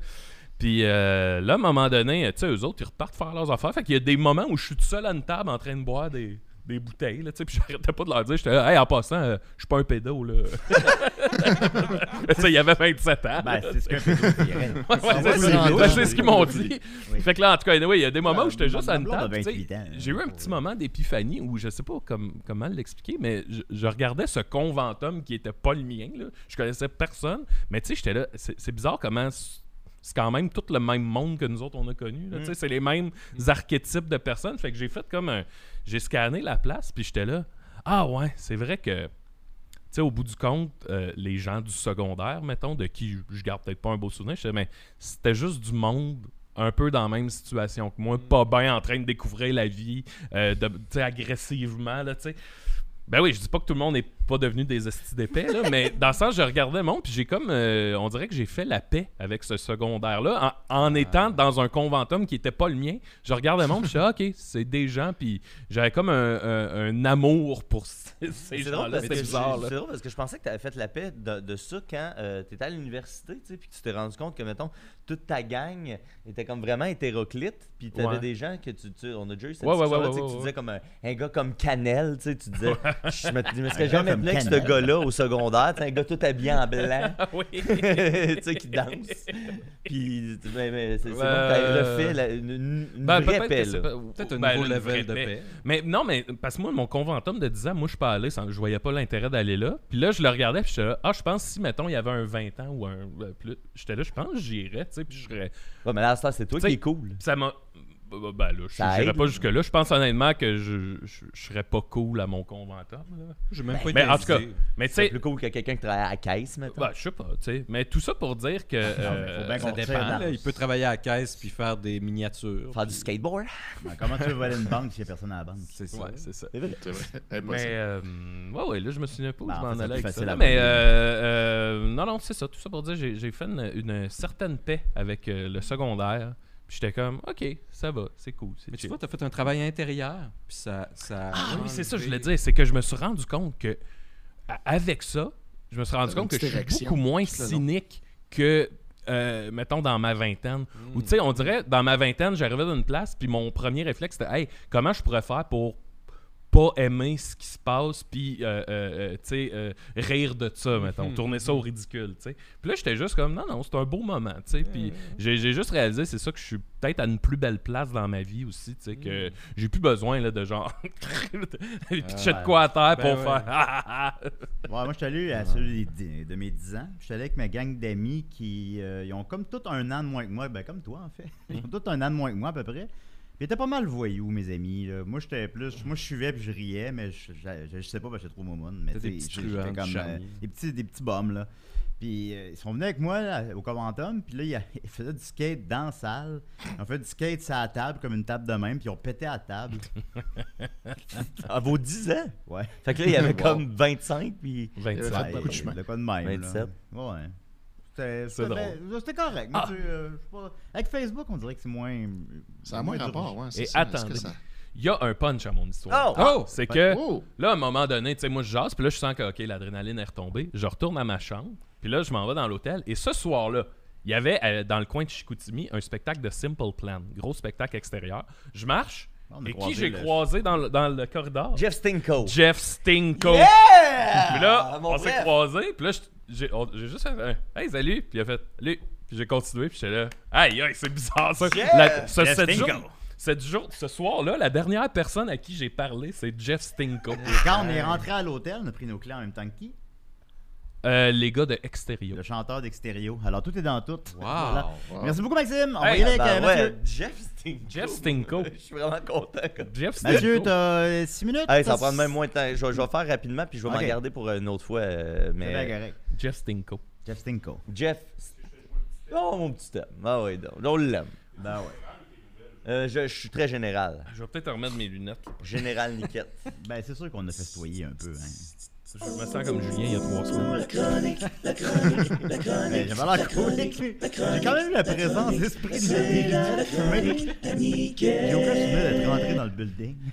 Puis euh, là, à un moment donné, tu sais, eux autres, ils repartent faire leurs affaires. Fait qu'il y a des moments où je suis tout seul à une table en train de boire des, des bouteilles, là, tu sais, puis j'arrêtais pas de leur dire, j'étais là, hey, en passant, euh, je suis pas un pédo, là. tu sais, il y avait 27 ans.
Ben,
là,
c'est ce qu'un pédo dirait.
Ouais, ouais,
C'est ça,
c'est ça.
c'est
Ben,
ça.
c'est ce qu'ils m'ont dit.
Oui.
Fait que là, en tout cas, anyway, il y a des moments
Ouais,
où j'étais juste à
ma
une
blonde a
table. tu sais,
28 ans, là.
J'ai eu un petit moment d'épiphanie où je sais pas comme- comment l'expliquer, mais je, je regardais ce conventum qui était pas le mien. Là. Je connaissais personne, mais tu sais, j'étais là. C'est c'est bizarre comment. c- C'est quand même tout le même monde que nous autres on a connu. là. Tu
Mm.
sais, C'est les mêmes archétypes de personnes. Fait que j'ai fait comme un. J'ai scanné la place, puis j'étais là. Ah ouais, c'est vrai que tu sais, au bout du compte, euh, les gens du secondaire, mettons, de qui je- je garde peut-être pas un beau souvenir, je sais, mais c'était juste du monde un peu dans la même situation que moi, pas bien en train de découvrir la vie, euh, de- tu sais, agressivement, là, tu sais. Ben oui, je dis pas que tout le monde n'est pas devenu des estis d'épais, là, mais dans le sens, je regardais le monde, puis j'ai comme, euh, on dirait que j'ai fait la paix avec ce secondaire-là, en, en
Ah.
étant dans un conventum qui était pas le mien. Je regardais le monde, puis je suis ok, c'est des gens, puis j'avais comme un, un- un amour pour ces, ces
C'est drôle,
gens-là,
parce que
c'était
j'ai-
bizarre, là.
c'est drôle parce que je pensais que tu avais fait la paix de, de ça quand tu étais à l'université, tu sais, puis que tu t'es rendu compte que, mettons, toute ta gang était comme vraiment hétéroclite, puis tu avais
Ouais.
des gens que tu, tu- On a déjà eu cette
Ouais, ouais,
discussion-là,
ouais,
tu sais,
ouais,
que tu
ouais,
disais comme un, un gars comme Canel, tu sais, tu disais, je me, je me serais
Un gars
jamais
comme
plaît que ce
Canel.
gars-là au secondaire, tu sais, un gars tout habillé en blanc,
Ah oui.
tu sais, qui danse. Puis, mais, mais c'est c'est bon que t'avais
Euh,
refait la- une, une- une
Ben,
vraie
peut-être
paix,
que c'est
là.
pas-
Peut-être un
ben, là,
nouveau
une
level
vraie
de paix.
Mais non, mais parce que moi, mon conventum de 10 ans, moi, je suis pas allé, sans- je voyais pas l'intérêt d'aller là. Puis là, je le regardais, puis j'étais là, ah, je pense si, mettons, il y avait un 20 ans ou un. euh, plus, j'étais là, je pense que j'irais, tu sais, puis je serais.
Ouais, mais là, à ce temps, c'est toi
Tu sais,
qui est cool.
Puis ça m'a. Ben ben, là,
Ça
je n'irais
aide.
pas jusque-là. Je pense honnêtement que je, je, je serais pas cool à mon conventum. là.
J'ai même pas
Mais en tout
été
cas,
invité.
mais tu
C'est
sais.
plus cool que quelqu'un qui travaille à la caisse, maintenant.
Ben, je sais pas, tu sais. Mais tout ça pour dire que.
mais faut bien
euh,
qu'on-
Ça
tire
dépend.
dans-
là. Il peut travailler à la caisse puis faire des miniatures.
Faire du skateboard.
Ben, Comment tu veux voler une banque s'il n'y a personne à la banque?
C'est ça.
ouais, c'est ça.
C'est vrai. Eh, moi,
Mais
c'est-
euh, ouais, ouais, là, je me souviens pas où
Ben,
je
en fait,
m'en
c'est
allais
plus
avec ça.
facile à
là, mais
voir.
euh, euh, non, non, c'est ça. Tout ça pour dire, j'ai j'ai fait une, une certaine paix avec euh, le secondaire. Puis j'étais comme, OK, ça va, c'est cool. c'est
Mais tu
chill.
vois, t'as fait un travail intérieur, puis ça... ça
Ah oui, c'est ça, je
l'ai
voulais
dit.
dire. C'est que je me suis rendu compte que, à- avec ça, je me suis rendu
T'avais une
compte que je
petite
suis
érection
beaucoup moins
tout le long.
cynique que, euh, mettons, dans ma vingtaine.
Hmm.
Ou tu sais, on dirait, dans ma vingtaine, j'arrivais d'une place, puis mon premier réflexe, c'était, hey, comment je pourrais faire pour pas aimer ce qui se passe, puis, euh, euh, euh, tu sais, euh, rire de ça,
Hmm.
mettons, tourner ça au ridicule, tu sais. Puis là, j'étais juste comme, non, non, c'est un beau moment, tu sais.
Hmm.
Puis j'ai j'ai juste réalisé, c'est ça, que je suis peut-être à une plus belle place dans ma vie aussi, tu sais,
Hmm.
que j'ai plus besoin, là, de genre, pitcher de quoi à terre
Ben
pour
ouais.
faire, ah, ah, ah.
Ah. Ouais, moi, je suis allé à celui des- de mes 10 ans. Je suis allé avec ma gang d'amis qui euh, ils ont comme tout un an de moins que moi. Ben, comme toi, en fait. Ils ont tout un an de moins que moi, à peu près. Puis, ils étaient pas mal voyous, mes amis. là. Moi, j'étais plus. Moi, je suivais puis je riais, mais je, je, je sais pas parce que j'étais trop momone. Mais
T'as des
tu sais,
petits
j'étais
truands,
comme.
des
euh,
charniers.
des, petits, des petits bums, là. Puis euh, ils sont venus avec moi là, au Coventum, puis là, ils, ils faisaient du skate dans la salle. Ils ont fait du skate sur la table, comme une table de même, puis ils ont pété à la table.
À Ah, vos 10 ans.
Ouais.
Fait que là, il y avait
Wow.
comme 25, puis.
Ça a
Ouais,
pas de chemin.
de quoi de même.
27.
Là. Ouais. C'était
C'est
c'était-
drôle.
C'était correct. mais tu, euh, je sais pas. Avec Facebook, on dirait que c'est moins.
Ça a moins
dur.
rapport, ouais. c'est
Et
ça. Est-ce que
attendez. Euh,
ça-
Il y a un punch à mon histoire. Ah,
Oh!
Oh!
C'est que
Oh!
là, à un moment donné, tu sais, moi, je jase, puis là, je sens que, OK, l'adrénaline est retombée. Je retourne à ma chambre, puis là, je m'en vais dans l'hôtel. Et ce soir-là, il y avait euh, dans le coin de Chicoutimi un spectacle de Simple Plan, gros spectacle extérieur. Je marche,
On a
et qui
croisé
j'ai
le-
croisé dans le, dans le corridor?
Jeff Stinko. Ah,
Jeff Stinko. Puis là,
mon
on s'est
bref.
croisés, puis là, je- j'ai on- j'ai juste fait un Hey, salut! Puis il a fait Salut! Puis j'ai continué, puis j'étais là Aïe, aïe, c'est bizarre ça! La- ce,
Jeff
cette
Stinko.
jour- cette jour- ce soir-là, la dernière personne à qui j'ai parlé, c'est Jeff Stinko.
Quand on est rentré à l'hôtel, on a pris nos clés en même temps que qui
Euh, les gars de
Le
Extérieur.
chanteur d'extérieur. Alors tout est dans tout.
Wow.
Merci beaucoup, Maxime. On va
Hey,
y aller avec
Ben
euh, Mathieu.
ouais, Jeff Stinko.
Jeff Stinko.
Je suis vraiment content. comme-
Jeff Stinko.
Mathieu, t'as 6 minutes.
Hey, ça va prendre même moins de temps. Je, vais- je vais faire rapidement, puis je vais
Ok.
m'en garder pour une autre fois. euh,
C'est bien
mais...
correct.
Jeff Stinko.
Jeff Stinko.
Jeff. Oh, mon petit homme. Ah oui, donc. On l'aime.
Ben ouais.
Euh, je, je suis très général.
Je vais peut-être remettre mes lunettes.
Général Niquette.
Ben c'est sûr qu'on a festoyé un peu. Hein.
Je me sens comme Julien il y a trois semaines.
Ben, J'avais l'air cool. J'ai quand même eu la présence d'esprit de J'ai aucun souvenir d'être rentré dans le building.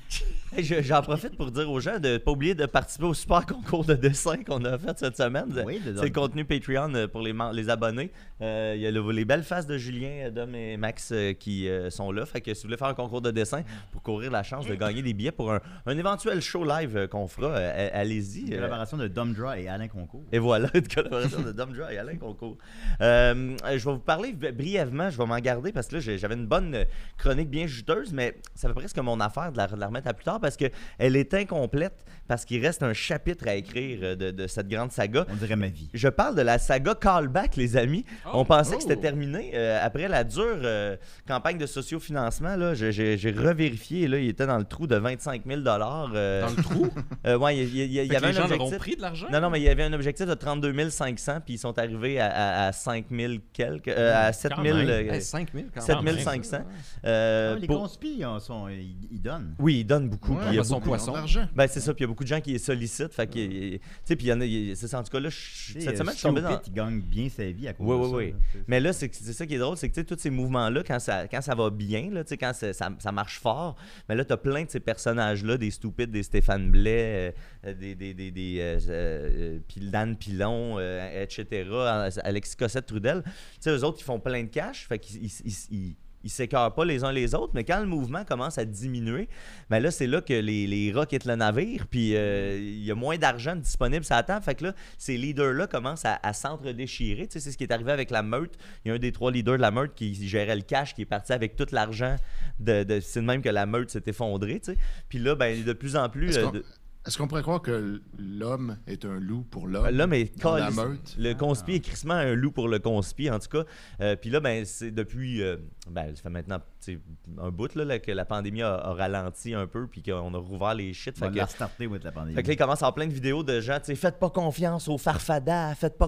Hey, je- J'en profite pour dire aux gens de ne pas oublier de participer au super concours de dessin qu'on a fait cette semaine.
Oui, de-
C'est le contenu Patreon euh, pour les, mem- les abonnés. Euh, Il y a le- les belles faces de Julien, euh, Dom et Max euh, qui euh, sont là. Fait que si vous voulez faire un concours de dessin pour courir la chance de gagner des billets pour un, un éventuel show live euh, qu'on fera, euh, allez-y.
Une
euh,
collaboration de Dumb Draw et Alain Concours.
et voilà, une collaboration de Dom Joy et Alain Concours. Euh, euh, je vais vous parler v- brièvement, je vais m'en garder parce que là, j'ai- j'avais une bonne euh, chronique bien juteuse, mais ça fait presque mon affaire de la, de la remettre à plus tard parce qu'elle est incomplète, parce qu'il reste un chapitre à écrire euh, de, de cette grande saga.
On dirait ma vie.
Je parle de la saga Callback, les amis. On pensait que c'était
Oh.
terminé euh, après la dure euh, campagne de sociofinancement. là, je- J'ai j'ai revérifié, là, il était dans le trou de 25 000 euh,
Dans le trou?
euh, ouais, il y, il y- il
Fait
y
que
avait
les
un
gens leur ont
objectif.
pris de l'argent?
Non, non, mais il y avait un objectif de 32 500, puis ils sont arrivés à, à, à 5 000 quelques, euh, à 7 000,
même.
euh,
Eh, 5 000 quand même.
7
même.
500. euh,
Ah, les
pour-
conspires, ils sont- ils ils donnent.
Oui, ils donnent beaucoup.
Ouais,
puis il y a
son
beaucoup-
poisson.
d'argent.
Ben, c'est ça, puis il y a beaucoup de gens qui les sollicitent. Fait que, tu sais, puis il y en a, il- c'est ça, en tout cas, là, je-
Tu sais,
cette
euh,
semaine, je suis tombé dans...
Stupid, il gagne bien sa vie à cause
Oui,
de
oui,
ça,
oui.
là. C'est-
Mais là, c'est c'est ça qui est drôle, c'est que tu sais, tous ces mouvements-là, quand ça, quand ça va bien, là, tu sais, quand ça, ça- ça marche fort, mais là, tu as plein de ces personnages-là, des stupides, des Stéphane Blais, euh, des, des, des, des, euh, euh, Pil- Dan Pilon, euh, etc., euh, Alexis Cossette-Trudel. Tu sais, eux autres, ils font plein de cash, fait qu'ils ils- ils- ils- ils s'écœurent pas les uns les autres, mais quand le mouvement commence à diminuer, ben là, c'est là que les, les rats quittent le navire, puis euh, il y a moins d'argent disponible sur la table. Fait que là, ces leaders-là commencent à, à s'entre-déchirer. Tu sais, c'est ce qui est arrivé avec la meute. Il y a un des trois leaders de la meute qui gérait le cash, qui est parti avec tout l'argent. De, de- c'est de même que la meute s'est effondrée, tu sais. Puis là, ben, de plus en plus...
Est-ce
euh,
qu'on-
de-
Est-ce qu'on pourrait croire que l'homme est un loup pour l'homme?
Là, mais
Dans la
calisse-
meute.
le conspi est crissement un loup pour le conspi, en tout cas. Euh, Puis là, ben, c'est depuis. euh, ben, ça fait maintenant tu sais, un bout là, là, que la pandémie a, a ralenti un peu, puis qu'on a rouvert les shit.
On va
Fait que,
la restarter avec la pandémie.
fait que là, il commence à avoir plein de vidéos de gens, tu sais, faites pas confiance aux farfadas, faites pas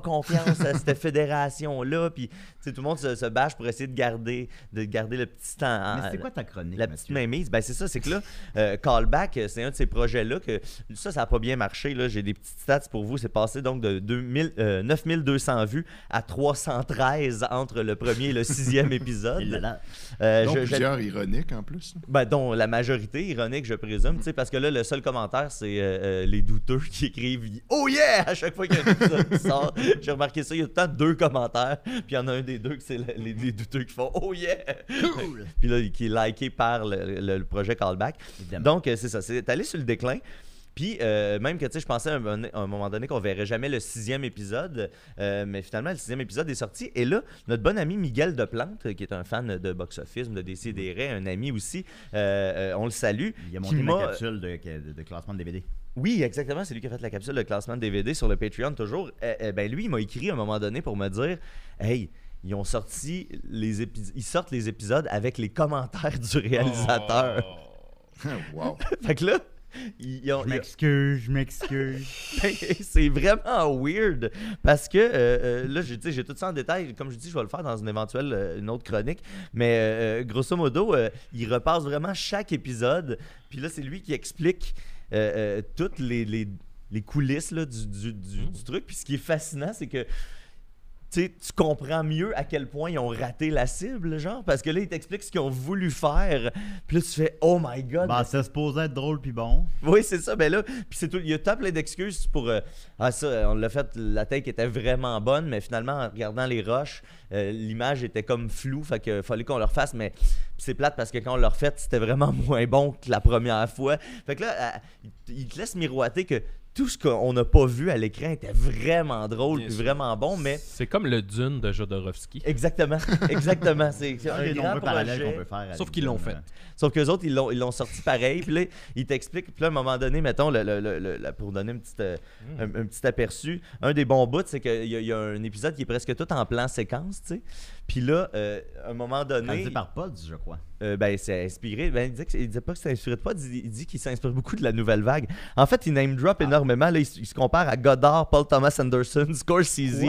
confiance à cette fédération-là. Puis, tu sais, tout le monde se, se bâche pour essayer de garder, de garder le petit temps. en-
Mais c'est quoi ta chronique,
Ah, la petite
Mathieu?
mainmise, ben c'est ça, c'est que là, euh, Callback, euh, c'est un de ces projets-là que ça, ça n'a pas bien marché. Là. J'ai des petites stats pour vous. C'est passé donc de 2000, euh, 9200 vues à 313 entre le premier et le sixième épisode.
Il l'a là.
Euh,
Dont
je- je-
plusieurs ironiques en plus. là.
ben, dont la majorité, ironique, je présume, tu sais, parce que là, le seul commentaire, c'est euh, euh, les douteux qui écrivent « Oh yeah! » à chaque fois qu'il y a un épisode qui sort. J'ai remarqué ça, il y a tout le temps deux commentaires, puis il y en a un des deux que c'est le- les, les douteux qui font « Oh yeah! » Puis là, qui est liké par le, le- le projet Callback.
Évidemment.
Donc, euh, c'est ça, c'est allé sur le déclin. Puis, euh, même que, tu sais, je pensais à un, à un moment donné qu'on verrait jamais le sixième épisode, euh, mais finalement, le sixième épisode est sorti. Et là, notre bon ami Miguel Deplante, euh, qui est un fan de box-office, de Décideret, un ami aussi, euh, euh, on le salue.
Il a
qui
monté ma
m'a-
capsule de, de- de classement de DVD.
oui, exactement. C'est lui qui a fait la capsule de classement de DVD sur le Patreon toujours. Eh, eh, ben lui, il m'a écrit à un moment donné pour me dire Hey, ils ont sorti les épisodes. Ils sortent
Oh.
les épisodes avec les commentaires du réalisateur.
wow.
fait que là, Ils- ils ont-
Je
ils ont-
m'excuse, je m'excuse.
Ben, c'est vraiment weird parce que euh, euh, là, je- tu sais, j'ai tout ça en détail. Comme je dis, je vais le faire dans une éventuelle euh, une autre chronique. Mais euh, euh, grosso modo, euh, il repasse vraiment chaque épisode. Puis là, c'est lui qui explique euh, euh, toutes les, les- les coulisses là, du, du- du- du truc. Puis ce qui est fascinant, c'est que tu sais, tu comprends mieux à quel point ils ont raté la cible, genre, parce que là, ils t'expliquent ce qu'ils ont voulu faire. Puis là, tu fais « Oh my God!
bah, ça se posait être drôle puis bon.
Oui, c'est ça. Ben là, puis c'est tout. Il y a tant plein d'excuses pour. euh, ah, ça, on l'a fait, la take était vraiment bonne, mais finalement, en regardant les roches, euh, l'image était comme floue, fait que fallait qu'on le refasse, mais puis c'est plate parce que quand on l'a refait, c'était vraiment moins bon que la première fois. Fait que là, à- il te laisse miroiter que tout ce qu'on n'a pas vu à l'écran était vraiment drôle
Bien
puis
sûr.
vraiment bon, mais.
C'est comme le Dune de Jodorowsky.
Exactement, exactement. C'est c'est
Il y a
un
des
grand
nombreux parallèles qu'on
projet.
peut faire. à
Sauf
l'épisode,
qu'ils l'ont fait.
euh,
Sauf qu'eux autres, ils l'ont, ils l'ont sorti pareil. Puis là, ils t'expliquent. Puis là, à un moment donné, mettons, le- le- le- le- la- pour donner une petite, euh,
Mm.
un, un petit aperçu, un des bons bouts, c'est qu'il y, a- il y a un épisode qui est presque tout en plan séquence, tu sais. Puis là, euh, à un moment donné,
Réalisé par Pods, je crois.
euh, ben, c'est inspiré. Ben, il disait, que- il disait pas que c'est inspiré de pas, il, il dit qu'il s'inspire beaucoup de la nouvelle vague. En fait, il name
Ah.
drop énormément. Là, il, s- il se compare à Goddard, Paul Thomas Anderson, Scorsese.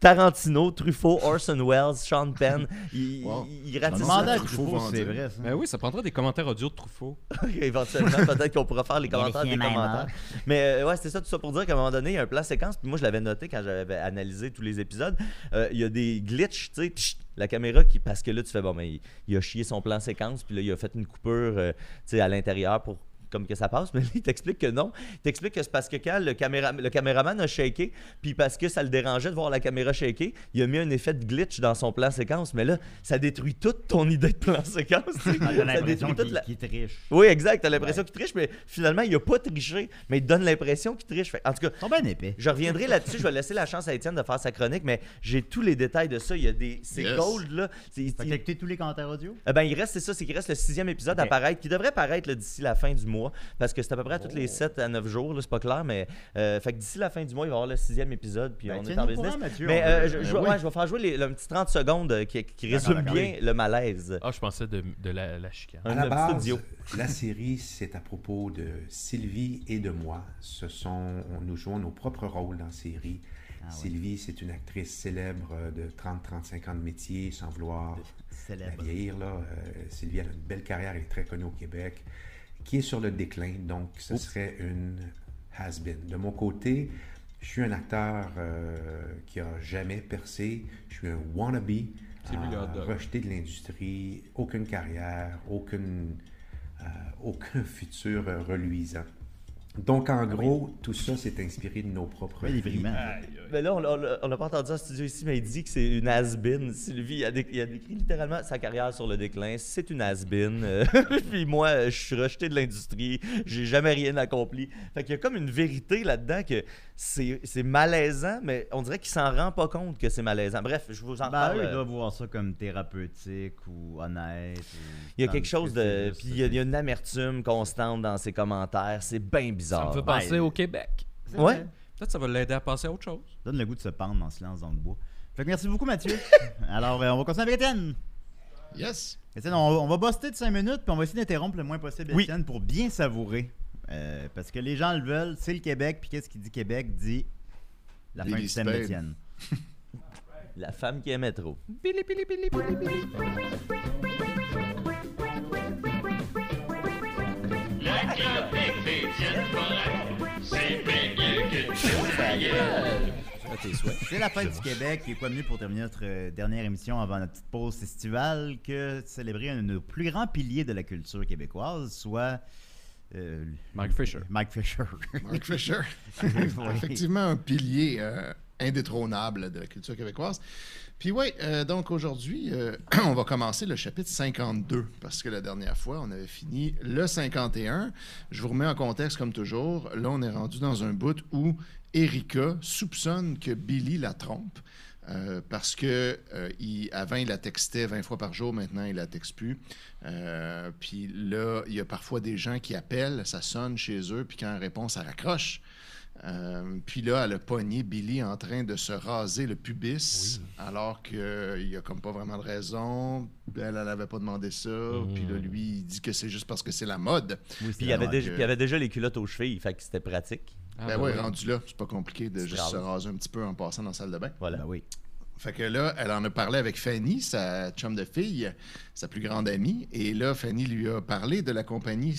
Tarantino, Truffaut, Orson Welles, Sean Penn, il,
Wow.
il- il
Je me
ratisse
demandais à
Truffaut
Truffaut si c'est
vendait.
vrai, ça.
Ben oui, ça prendra des commentaires audio de Truffaut.
Éventuellement, peut-être qu'on pourra faire les commentaires des
Vérifier ma
commentaires.
mort.
Mais euh, ouais, c'est ça, tout ça pour dire qu'à un moment donné, il y a un plan séquence. Puis moi, je l'avais noté quand j'avais analysé tous les épisodes. Euh, il y a des glitches, tu sais, tch, la caméra qui. Parce que là, tu fais, bon, mais il, il a chié son plan séquence, puis là, il a fait une coupure, euh, tu sais, à l'intérieur pour. Comme que ça passe, mais là, il t'explique que non. Il t'explique que c'est parce que quand le, caméra, le caméraman a shaké, puis parce que ça le dérangeait de voir la caméra shaker, il a mis un effet de glitch dans son plan séquence. Mais là, ça détruit toute ton idée de plan séquence. tu sais.
Ah, T'as
ça
l'impression
détruit toute
qu'il
la,
qu'il triche.
oui, exact. T'as l'impression qu'il triche, mais finalement, il a pas triché, mais il donne l'impression qu'il triche. Fait que, en tout cas,
Ils sont bien épais.
je reviendrai là-dessus. Je vais laisser la chance à Étienne de faire sa chronique, mais j'ai tous les détails de ça. Il y a des. C'est
Yes.
gold, là. C'est-
Fait que
il-
t'as écouté tous les commentaires audio?
Eh ben, il reste, c'est ça, c'est qu'il reste le sixième épisode à
Ok.
paraître, qui devrait paraître là, d'ici la fin du mois, parce que c'est à peu près à
Oh.
tous les 7 à 9 jours, là, c'est pas clair, mais euh, fait que d'ici la fin du mois, il va y avoir le sixième épisode, puis
Ben,
on est
tiens-nous
en
au
business.
courant, Mathieu,
mais
on
euh,
veut-
je,
Ben
je vais-
oui.
ouais, je vais faire jouer les, le petit 30 secondes euh, qui, qui
D'accord,
résume
d'accord,
bien le malaise.
Ah, je pensais de, de la, la chicane.
Un
À la
petit
base,
audio.
la série, c'est à propos de Sylvie et de moi. Ce sont, on- nous jouons nos propres rôles dans la série. Sylvie, c'est une actrice célèbre de 30-35 ans de métier, sans vouloir la
Ben,
Célèbre.
vieillir. Là. Euh, Sylvie elle a une belle carrière, elle est très connue au Québec, qui est sur le déclin, donc ce serait une has-been. De mon côté, je suis un acteur euh, qui a jamais percé, je suis un wannabe, Euh,
C'est lui, le hot dog.
rejeté de l'industrie, aucune carrière, aucune, euh, aucun futur euh, reluisant. Donc en gros, tout ça s'est inspiré de nos propres
Oui, Ben, il est
vies.
vraiment.
Mais Ben là, on l'a- on l'a on l'a pas entendu en studio ici, mais il dit que c'est une has-been. Sylvie, il a, dé- il a décrit littéralement sa carrière sur le déclin. C'est une has-been. Euh, Puis moi, euh, je suis rejeté de l'industrie. J'ai jamais rien accompli. Fait qu'il y a comme une vérité là-dedans que c'est c'est malaisant, mais on dirait qu'il s'en rend pas compte que c'est malaisant. Bref, je vous en
Ben,
parle.
eux, ils
euh,
doivent voir ça comme thérapeutique ou honnête. ou-
Il y a
tandis
quelque chose
que c'est
de.
juste-
Puis il y, a- il y a une amertume constante dans ses commentaires. C'est bien
Ça me
bizarre.
fait penser
ben,
au Québec.
C'est vrai.
Ouais?
Peut-être que ça va l'aider à passer à autre chose.
Donne le goût de se pendre en silence dans le bois. Fait que merci beaucoup, Mathieu. Alors, euh, on va continuer avec Étienne.
Yes!
Étienne, on, on va buster de 5 minutes, puis on va essayer d'interrompre le moins possible
Oui.
Étienne pour bien savourer. Euh, parce que les gens le veulent, c'est le Québec, puis qu'est-ce qui dit Québec dit la
Des
fin du
listes
système
paires.
d'Étienne.
La femme qui aimait trop.
À tes souhaits.
C'est la fête du Québec, et quoi de mieux pour terminer notre euh, dernière émission avant notre petite pause estivale que de célébrer un de nos plus grands piliers de la culture québécoise, soit. euh,
Mark Fisher.
Mike Fisher.
Mark Fisher.
Oui.
Effectivement, un pilier euh, indétrônable de la culture québécoise. Puis oui, donc aujourd'hui, euh, on va commencer le chapitre 52, parce que la dernière fois, on avait fini le 51. Je vous remets en contexte comme toujours. Là, on est rendu dans un bout où Erika soupçonne que Billy la trompe. euh, parce que euh, il- avant, il la textait 20 fois par jour, maintenant, il la texte plus. Euh, puis là, il y a parfois des gens qui appellent, ça sonne chez eux, puis quand elle répond, ça raccroche. Euh, puis là, elle a pogné Billy en train de se raser le pubis, alors qu'il n'y a comme pas vraiment de raison. Elle, elle avait pas demandé ça.
Mmh.
Puis là, lui, il dit que c'est juste parce que c'est la mode.
Puis il y avait
Donc,
déjà-
euh,
puis il y avait déjà les culottes aux chevilles, fait que c'était pratique.
Ah,
ben
ben
ouais,
oui.
rendu là, c'est pas compliqué de
C'est
juste
grave.
se raser un petit peu en passant dans la salle de bain.
Voilà.
Ben oui.
Fait que là, elle en a parlé avec Fanny, sa chum de fille, sa plus grande amie. Et là, Fanny lui a parlé de la compagnie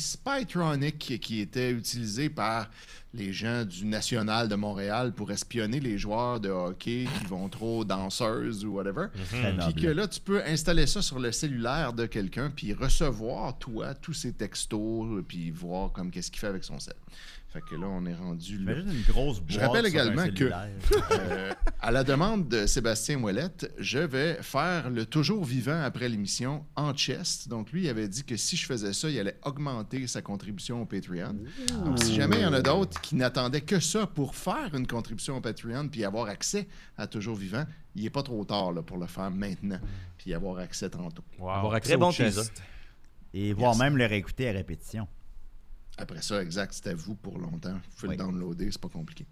Spytronic qui était utilisée par les gens du National de Montréal pour espionner les joueurs de hockey qui vont trop danseuses ou whatever.
Très
Puis
noble.
que là, tu peux installer ça sur le cellulaire de quelqu'un, puis recevoir, toi, tous ses textos, puis voir comme qu'est-ce qu'il fait avec son set. Fait que là, on est rendu là.
Imagine une grosse boîte.
Je rappelle
sur un
également que-
cellulaire.
Euh, à la demande de Sébastien Ouellette, je vais faire le toujours vivant après l'émission en chest. Donc, lui, il avait dit que si je faisais ça, il allait augmenter sa contribution au Patreon. Donc, si jamais il y en a d'autres qui n'attendaient que ça pour faire une contribution au Patreon puis avoir accès à Toujours Vivant, il n'est pas trop tard là, pour le faire maintenant puis avoir accès tantôt.
Avoir accès
Très
au
bon
chest.
teaser.
Et voir
Yes.
même le réécouter à répétition.
Après ça, exact, c'est à vous pour longtemps. Vous pouvez
Oui.
le downloader, c'est pas compliqué.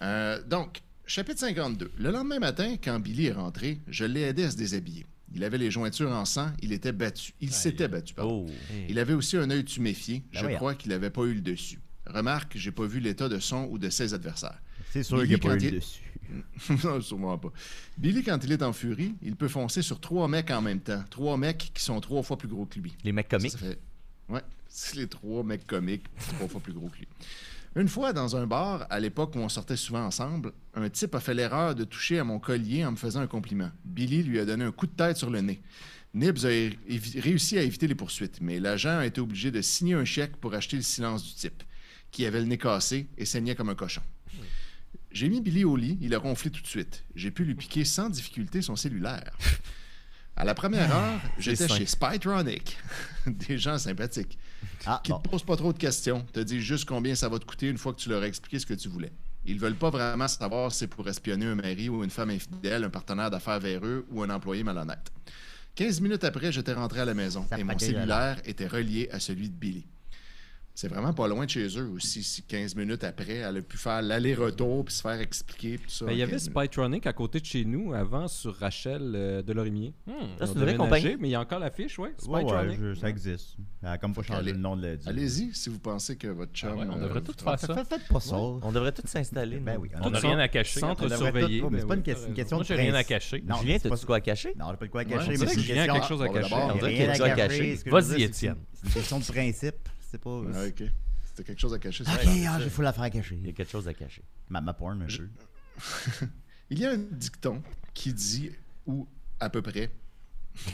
Euh, donc, chapitre 52. Le lendemain matin, quand Billy est rentré, je l'ai aidé à se déshabiller. Il avait les jointures en sang, il était battu. Il s'était battu, pardon.
Oh.
Il avait aussi un œil tuméfié.
Ben
je
voyons.
crois qu'il n'avait pas eu le dessus. Remarque, j'ai pas vu l'état de son ou de ses adversaires.
C'est sûr qu'il
Billy,
n'y a pas
quand
eu le
il-
dessus.
non, sûrement pas. Billy, quand il est en furie, il peut foncer sur trois mecs en même temps. Trois mecs qui sont trois fois plus gros que lui.
Les mecs comiques.
Ça, ça fait- Ouais, c'est les trois mecs comiques, trois fois plus gros que lui. Une fois, dans un bar, à l'époque où on sortait souvent ensemble, un type a fait l'erreur de toucher à mon collier en me faisant un compliment. Billy lui a donné un coup de tête sur le nez. Nibs a évi- réussi à éviter les poursuites, mais l'agent a été obligé de signer un chèque pour acheter le silence du type, qui avait le nez cassé et saignait comme un cochon. J'ai mis Billy au lit, il a ronflé tout de suite. J'ai pu lui piquer sans difficulté son cellulaire. À la première heure, j'étais
sain.
chez Spytronic. Des gens sympathiques.
Ah,
Qui
bon.
te posent pas trop de questions, te disent juste combien ça va te coûter une fois que tu leur as expliqué ce que tu voulais. Ils veulent pas vraiment savoir si c'est pour espionner un mari ou une femme infidèle, un partenaire d'affaires véreux ou un employé malhonnête. 15 minutes après, j'étais rentré à la maison
Ça
et mon
pagaille,
cellulaire était relié à celui de Billy. C'est vraiment pas loin de chez eux aussi, si 15 minutes après, elle a pu faire l'aller-retour puis se faire expliquer. puis tout ça
Ben, il y
en
avait
15 minutes.
Spytronic à côté de chez nous avant sur Rachel euh, Delorimier.
Hmm.
Ça,
Ils
c'est
ont
une vraie
déménagé,
compagnie.
Mais il y a encore l'affiche, ouais.
Ouais, ouais,
Spytronic.
je- ça existe. Ça a comme pas changé
allez-
le nom de la du-
Allez-y si vous pensez que votre chum.
Ah ouais, on
euh,
devrait
vous
tout
trompe.
faire ça.
Faites faites pas ça.
On devrait tous s'installer.
hein. Ben
non?
oui.
On n'a rien à cacher.
Centre
On devrait
surveillé.
tout- ouais, mais c'est
mais
pas une
oui,
question- une
t'as raison.
question
Moi,
de
j'ai rien à
principe.
cacher.
Non,
Julien,
c'est
t'as
pas
de quoi à cacher?
Non, j'ai pas de quoi à
Ouais,
cacher,
on
mais
dirait
c'est
que
une
Julien a
question.
quelque chose à
Ah, on va
cacher.
d'abord-
Il y a
on dirait
rien
qu'il y a
à
quelque chose à
cacher,
cacher.
ce que je veux
Vas-y,
dire,
Étienne.
C'est une question de principe. C'est pas.
Ah,
Ok,
ok. C'était quelque chose à cacher. ça.
ah, j'ai fou l'affaire à cacher.
Il y a quelque chose à cacher.
Ma, ma porn, un peu.
Il y a un dicton qui dit ou à peu près.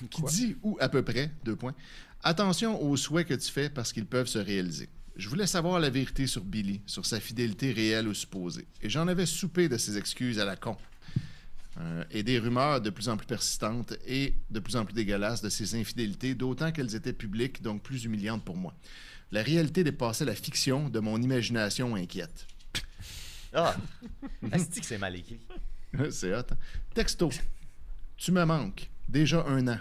qui dit ou à peu près, deux points. Attention aux souhaits que tu fais parce qu'ils peuvent se réaliser. Je voulais savoir la vérité sur Billy, sur sa fidélité réelle ou supposée. Et j'en avais soupé de ses excuses à la con. Euh, et des rumeurs de plus en plus persistantes et de plus en plus dégueulasses de ses infidélités, d'autant qu'elles étaient publiques, donc plus humiliantes pour moi. La réalité dépassait la fiction de mon imagination inquiète.
Ah! Asti que c'est mal écrit.
C'est hot. hein? Texto. Tu me manques. Déjà un an.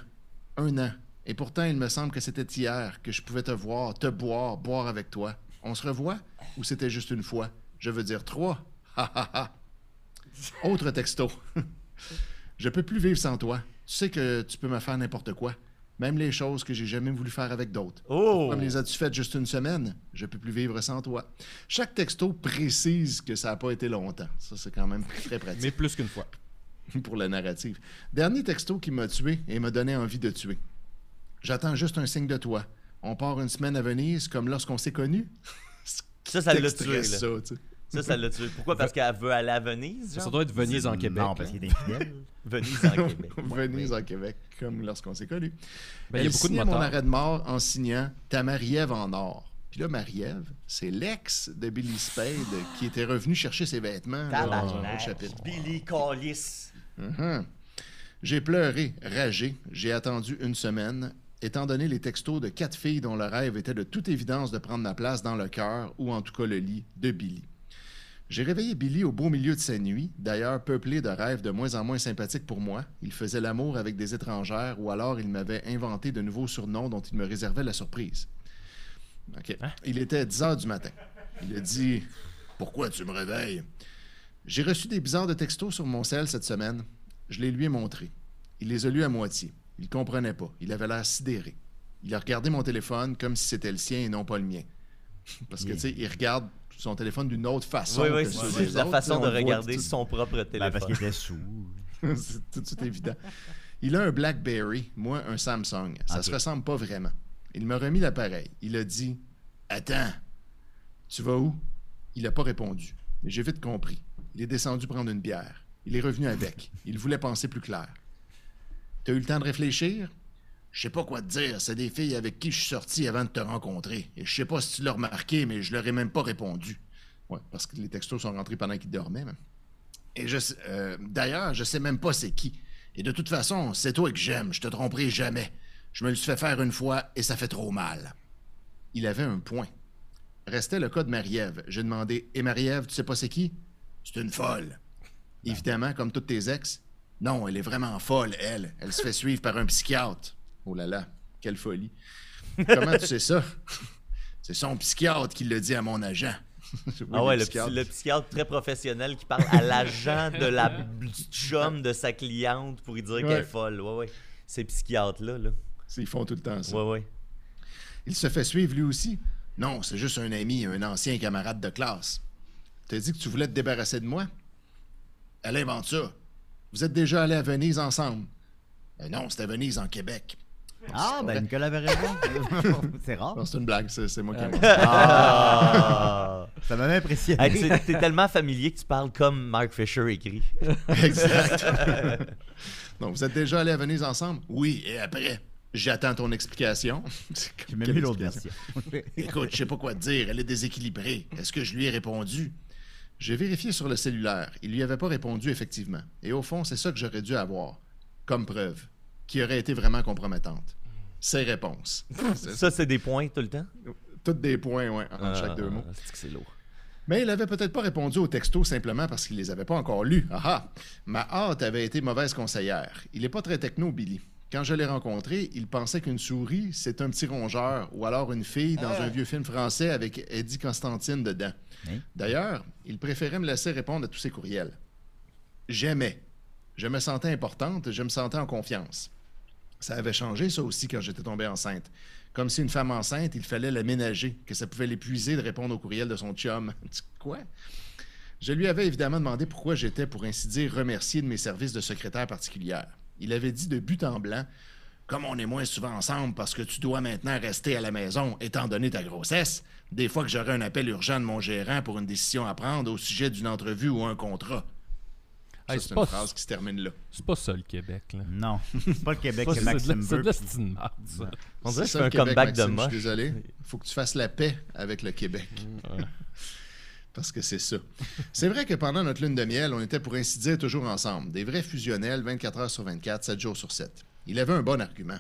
Un an. Et pourtant, il me semble que c'était hier que je pouvais te voir, te boire, boire avec toi. On se revoit ou c'était juste une fois? Je veux dire trois. Ha ha ha. Autre texto. je peux plus vivre sans toi. Tu sais que tu peux me faire n'importe quoi. Même les choses que j'ai jamais voulu faire avec d'autres.
Oh!
Comme les as-tu faites juste une semaine? Je peux plus vivre sans toi. Chaque texto précise que ça n'a pas été longtemps. Ça, c'est quand même très pratique
Mais plus qu'une fois.
pour la narrative. Dernier texto qui m'a tué et m'a donné envie de tuer. J'attends juste un signe de toi. On part une semaine à Venise comme lorsqu'on s'est connus.
Ça, ça l'a tué.
T'extrais
là.
ça, tu sais.
Ça, ça l'a tué. Pourquoi? Parce qu'elle veut aller à Venise?
Ça
genre?
doit être Venise en Québec.
Non, parce
là.
qu'il est infidèle.
Venise en Québec.
Venise en Québec comme lorsqu'on s'est connus.
Ben, il y
Elle
a beaucoup de
signait mon
motards.
arrêt de mort en signant ta Marie-Ève en or. Puis là, Marie-Ève, c'est l'ex de Billy Spade qui était revenu chercher ses vêtements là, dans un autre
Tabarnak.
chapitre.
Billy Collis.
Mhm. J'ai pleuré, ragé, j'ai attendu une semaine, étant donné les textos de quatre filles dont le rêve était de toute évidence de prendre ma place dans le cœur, ou en tout cas le lit, de Billy. J'ai réveillé Billy au beau milieu de sa nuit, d'ailleurs peuplé de rêves de moins en moins sympathiques pour moi. Il faisait l'amour avec des étrangères ou alors il m'avait inventé de nouveaux surnoms dont il me
Hein?
réservait la surprise. OK. Il était 10 heures du matin. Il a dit Pourquoi tu me réveilles? J'ai reçu des bizarres de textos sur mon cell cette semaine. Je les lui ai montrés. Il les a lus à moitié. Il comprenait pas. Il avait l'air sidéré. Il a regardé mon téléphone comme si c'était le sien et non pas le mien. Parce que, tu sais, il regarde son téléphone d'une autre façon.
Oui,
que
oui,
ceux
c'est
des
c'est la
autres,
façon
tu
de
sais, on voit
regarder
tout-
son propre
Ben, parce
téléphone.
qu'il était sous.
c'est tout de suite évident. Il a un BlackBerry, moi un Samsung. Ça se ressemble pas vraiment. Il m'a remis l'appareil. Il a dit Attends, tu vas où Il n'a pas répondu. Mais j'ai vite compris. Il est descendu prendre une bière. Il est revenu avec. Il voulait penser plus clair. T'as eu le temps de réfléchir Je sais pas quoi te dire. C'est des filles avec qui je suis sorti avant de te rencontrer. Et je sais pas si tu l'as remarqué, mais je leur ai même pas répondu. Ouais, parce que les textos sont rentrés pendant qu'il dormait. mais- et je sais- euh, d'ailleurs, je sais même pas c'est qui. Et de toute façon, c'est toi que j'aime, je te tromperai jamais. Je me le suis fait faire une fois et ça fait trop mal. Il avait un point. Restait le cas de Marie-Ève. J'ai demandé Et Marie-Ève, tu sais pas c'est qui C'est une folle. Évidemment, comme toutes tes ex. Non, elle est vraiment folle, elle. Elle se fait suivre par un psychiatre. Oh là là, quelle folie. Comment tu sais ça C'est son psychiatre qui le dit à mon agent. Oui,
Ah ouais,
le
le, psy- le psychiatre très professionnel qui parle à l'agent de la du chum de sa cliente pour lui dire qu'elle
Ouais.
est folle. Ouais, ouais. Ces psychiatres-là, là.
Ils font tout le temps ça.
Ouais, ouais.
Il se fait suivre lui aussi? Non, c'est juste un ami, un ancien camarade de classe. T'as dit que tu voulais te débarrasser de moi? Elle invente ça. Vous êtes déjà allés à Venise ensemble? Euh, non, c'était Venise en Québec.
Ah, ben Nicolas avait raison. c'est rare.
Non, c'est une blague, c'est c'est moi qui invente.
Ah!
Ça m'a même impressionné.
Hey, tu- T'es tellement familier que tu parles comme Mark Fisher écrit.
exact. non, vous êtes déjà allés à Venise ensemble? Oui, et après? J'attends ton explication. C'est
J'ai
comme-
même
quelle
lu l'autre
explication?
version.
Écoute, je sais pas quoi te dire, elle est déséquilibrée. Est-ce que je lui ai répondu? J'ai vérifié sur le cellulaire. Il lui avait pas répondu, effectivement. Et au fond, c'est ça que j'aurais dû avoir. Comme preuve. Qui aurait été vraiment compromettante. Ses réponses. C'est-
Ça, c'est des points tout le temps?
Toutes des points, ouais, entre
Ah,
chaque deux mots.
C'est que c'est lourd.
Mais il avait peut-être pas répondu aux textos simplement parce qu'il les avait pas encore lus. Ah ah! Ma hâte avait été mauvaise conseillère. Il est pas très techno, Billy. Quand je l'ai rencontré, il pensait qu'une souris, c'est un petit rongeur ou alors une fille dans un vieux film français avec Eddie Constantine dedans.
Hein?
D'ailleurs, il préférait me laisser répondre à tous ses courriels. J'aimais. Je me sentais importante, je me sentais en confiance. Ça avait changé, ça aussi, quand j'étais tombé enceinte. Comme si une femme enceinte, il fallait la ménager, que ça pouvait l'épuiser de répondre aux courriels de son chum. Tu- Quoi? Je lui avais évidemment demandé pourquoi j'étais, pour ainsi dire, remercié de mes services de secrétaire particulière. Il avait dit de but en blanc Comme on est moins souvent ensemble parce que tu dois maintenant rester à la maison étant donné ta grossesse, des fois que j'aurai un appel urgent de mon gérant pour une décision à prendre au sujet d'une entrevue ou un contrat. Ça,
Hey,
c'est
c'est
une
pas-
phrase qui se termine là.
C'est pas ça le Québec, là.
Non, c'est pas le Québec,
Ça,
c'est
c'est de la-
Maxime
c'est de
Burke.
la stine marde, ça.
On dirait que
C'est
c'est un
ça, le Québec,
comeback de
Maxime,
moche.
Je suis désolé. faut que tu fasses la paix avec le Québec.
Mm,
Parce que c'est ça. C'est vrai que pendant notre lune de miel, on était pour ainsi dire toujours ensemble. Des vrais fusionnels, 24 heures sur 24, 7 jours sur 7. Il avait un bon argument.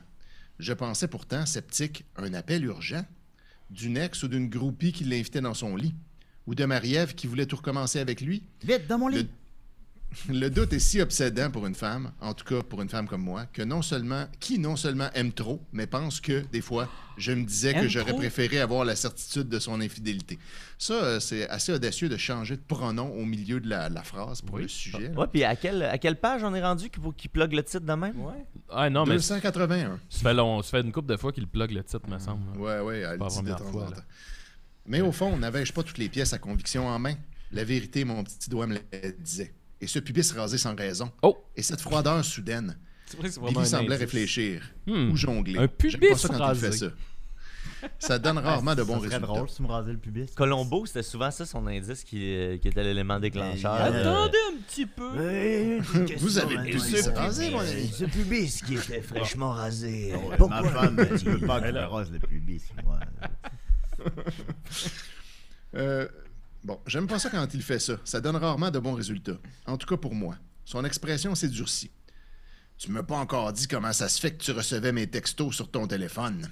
Je pensais pourtant, sceptique, un appel urgent d'une ex ou d'une groupie qui l'invitait dans son lit. Ou de Marie-Ève qui voulait tout recommencer avec lui.
Vite, dans mon lit.
Le doute est si obsédant pour une femme, en tout cas pour une femme comme moi, que non seulement, qui non seulement aime trop, mais pense que, des fois, je me disais que
Aime
j'aurais
trop?
préféré avoir la certitude de son infidélité. Ça, euh, c'est assez audacieux de changer de pronom au milieu de la, la phrase pour le sujet. là.
Ouais, puis à quelle, à quelle page on est rendu qu'il faut qu'il plug le titre de même?
Ouais.
Ah non, mais ça
281.
fait, long, ça fait une couple de fois qu'il plug le titre, me semble.
Ouais, ouais, elle
pas la
le dit de
première
temps
fois,
en
là.
temps. Mais au fond, n'avais-je pas toutes les pièces à conviction en main? La vérité, mon petit doigt me la disait. Et ce pubis rasé sans raison.
Oh!
Et cette froideur soudaine.
C'est vrai que c'est vraiment
Billy
un
semblait
indice.
réfléchir
Hmm.
ou jongler.
Un
J'aime
pubis
pas ça quand il fait
rasé.
ça. Ça donne rarement de bons
Ah, Ça serait
résultats.
drôle si tu me rasais le pubis.
Colombo, c'était souvent ça son indice qui, euh, qui était l'élément déclencheur.
Mais-
Euh,
Attendez un petit peu.
Vous avez pu se raser, mon ami.
Ce pubis qui était fraîchement rasé. euh,
Ma
Pourquoi
femme, tu veux pas que je me rase le pubis, moi.
Euh, bon, j'aime pas ça quand il fait ça. Ça donne rarement de bons résultats. En tout cas pour moi. Son expression s'est durcie. Tu m'as pas encore dit comment ça se fait que tu recevais mes textos sur ton téléphone.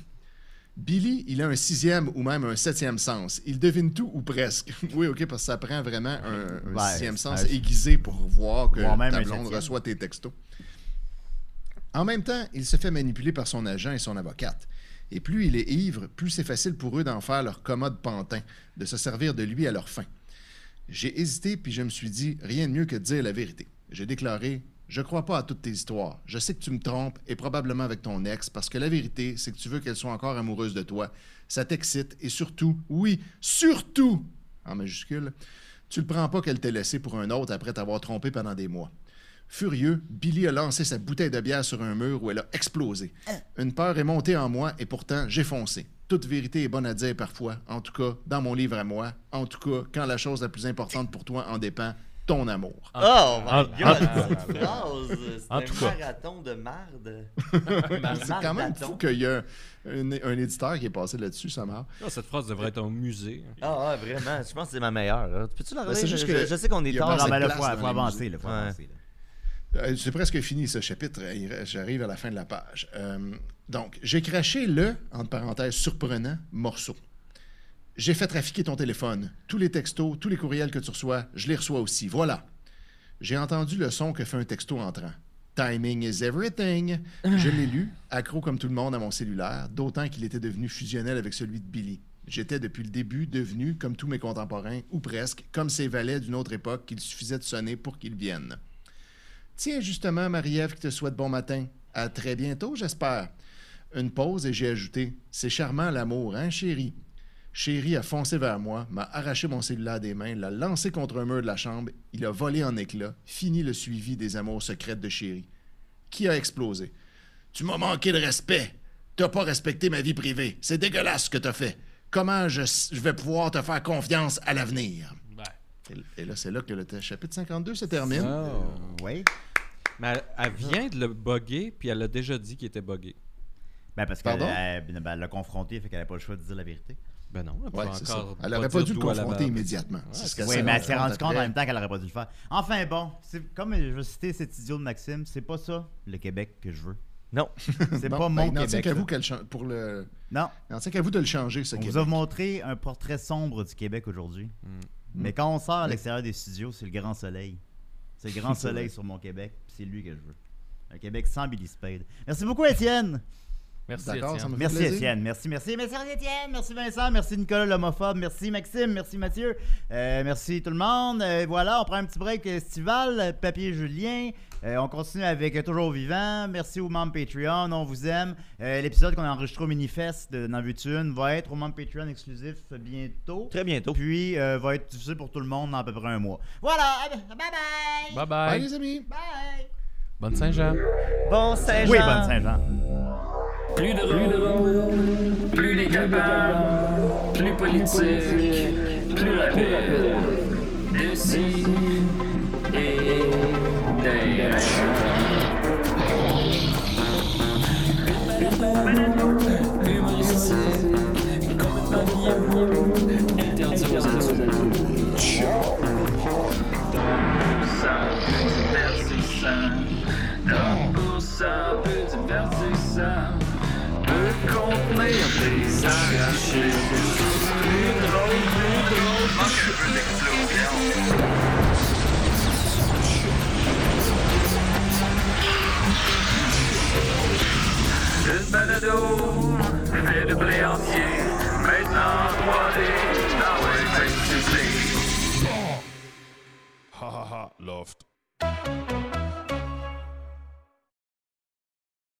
Billy, il a un sixième ou même un septième sens. Il devine tout ou presque. Oui, ok, parce que ça prend vraiment un, un
Ouais,
sixième sens
ouais.
aiguisé pour voir que
Voire même
ta
un
blonde
septième.
reçoit tes textos. En même temps, il se fait manipuler par son agent et son avocate. Et plus il est ivre, plus c'est facile pour eux d'en faire leur commode pantin, de se servir de lui à leur fin. J'ai hésité, puis je me suis dit, rien de mieux que de dire la vérité. J'ai déclaré, je crois pas à toutes tes histoires. Je sais que tu me trompes, et probablement avec ton ex, parce que la vérité, c'est que tu veux qu'elle soit encore amoureuse de toi. Ça t'excite, et surtout, oui, surtout, en majuscule, tu le prends pas qu'elle t'ait laissé pour un autre après t'avoir trompé pendant des mois. Furieux, Billy a lancé sa bouteille de bière sur un mur où elle a explosé. Une peur est montée en moi et pourtant j'ai foncé. Toute vérité est bonne à dire parfois, en tout cas dans mon livre à moi, en tout cas quand la chose la plus importante pour toi en dépend, ton amour.
Oh
en-
my
en
god,
tout cas.
cette phrase! C'est
En
un
tout cas.
marathon de marde. ben,
C'est quand même
Marathon.
fou qu'il y a un, un éditeur qui est passé là-dessus, ça marche.
Non, cette phrase devrait être au musée.
Ah ouais, vraiment, je pense que c'est ma meilleure. là. Peux-tu la
Ben, c'est
relire? Je,
juste que
je- je sais qu'on est
il y a
tard.
pas
Non,
assez
mais là,
place
faut,
dans
faut
la
avancer,
musique.
là, faut
Ouais.
avancer. là.
Euh, C'est presque fini ce chapitre. Il re- J'arrive à la fin de la page. Euh, donc, j'ai craché le, entre parenthèses, surprenant morceau. J'ai fait trafiquer ton téléphone. Tous les textos, tous les courriels que tu reçois, je les reçois aussi. Voilà. J'ai entendu le son que fait un texto entrant. Timing is everything. Je l'ai lu, accro comme tout le monde à mon cellulaire, d'autant qu'il était devenu fusionnel avec celui de Billy. J'étais depuis le début devenu, comme tous mes contemporains, ou presque, comme ces valets d'une autre époque qu'il suffisait de sonner pour qu'ils viennent. Tiens, justement, Marie-Ève qui te souhaite bon matin. À très bientôt, j'espère. Une pause et j'ai ajouté C'est charmant l'amour, hein, chérie Chérie a foncé vers moi, m'a arraché mon cellulaire des mains, l'a lancé contre un mur de la chambre, il a volé en éclats, fini le suivi des amours secrètes de chérie. Qui a explosé Tu m'as manqué de respect. T'as pas respecté ma vie privée. C'est dégueulasse ce que t'as fait. Comment je, je vais pouvoir te faire confiance à l'avenir Et- Et là, c'est là que le t- chapitre 52 se termine.
Oui.
Mais elle, elle vient de le bugger, puis elle a déjà dit qu'il était buggé.
Ben, parce qu'elle
Pardon?
elle, ben, elle l'a confronté, fait qu'elle n'a pas le choix de dire la vérité.
Ben non, elle
Ouais,
pouvait
c'est ça.
encore
Elle
pas
n'aurait pas
dire
dû le
d'où elle avait-
confronter immédiatement. c'est ce qu'elle
Oui,
s'est
mais elle s'est
rendue
rendue compte
après.
en même temps qu'elle aurait pas dû le faire. Enfin bon, c'est comme je vais citer cet idiot de Maxime, c'est pas ça le Québec que je veux.
Non.
C'est
Bon,
pas
ben,
mon
n'en tient
Québec.
qu'à vous
ça.
qu'elle chan- pour le.
Non,
n'en tient qu'à vous de le changer, ce
on
Québec. Mm.
vous a montré un portrait sombre du Québec aujourd'hui. Mais quand on sort à l'extérieur des studios, c'est le grand soleil. C'est le grand
C'est
soleil
vrai.
sur mon Québec, puis c'est lui que je veux. Un Québec sans Billy Spade. Merci beaucoup, Étienne.
Merci,
D'accord, ça
Étienne.
me fait
Merci,
plaisir.
Étienne. Merci, merci. Merci, Étienne. Merci, Vincent. Merci, Nicolas, l'homophobe. Merci, Maxime. Merci, Mathieu. Euh, merci, tout le monde. Euh, voilà, on prend un petit break estival. Euh, Papier Julien. Euh, on continue avec Toujours Vivant. Merci aux membres Patreon. On vous aime. Euh, L'épisode qu'on a enregistré au Minifest de N'en veux-tu une va être aux membres Patreon exclusif bientôt.
Très bientôt.
Puis euh, va être diffusé pour tout le monde dans à peu près un mois. Voilà. Ah ben, Bye-bye.
Bye
Bye,
bye.
les amis.
Bye.
Bonne Saint-Jean.
Bon Saint-Jean.
Oui, bonne Saint-Jean.
Plus de rôle, plus décapable, plus politique, plus rapide. D'ici et d'ailleurs. Humoristique, comme un papillon, interdit aux adultes. divertissant. Donc pour hein. ça, un peu divertissant. Peut contenir des arrachés. Plus drôle, plus drôle. Manque un peu d'explosion. Une balado, fait de blé entier. Maintenant 3D, dans le effectivité.
Ha ha ha, Loft.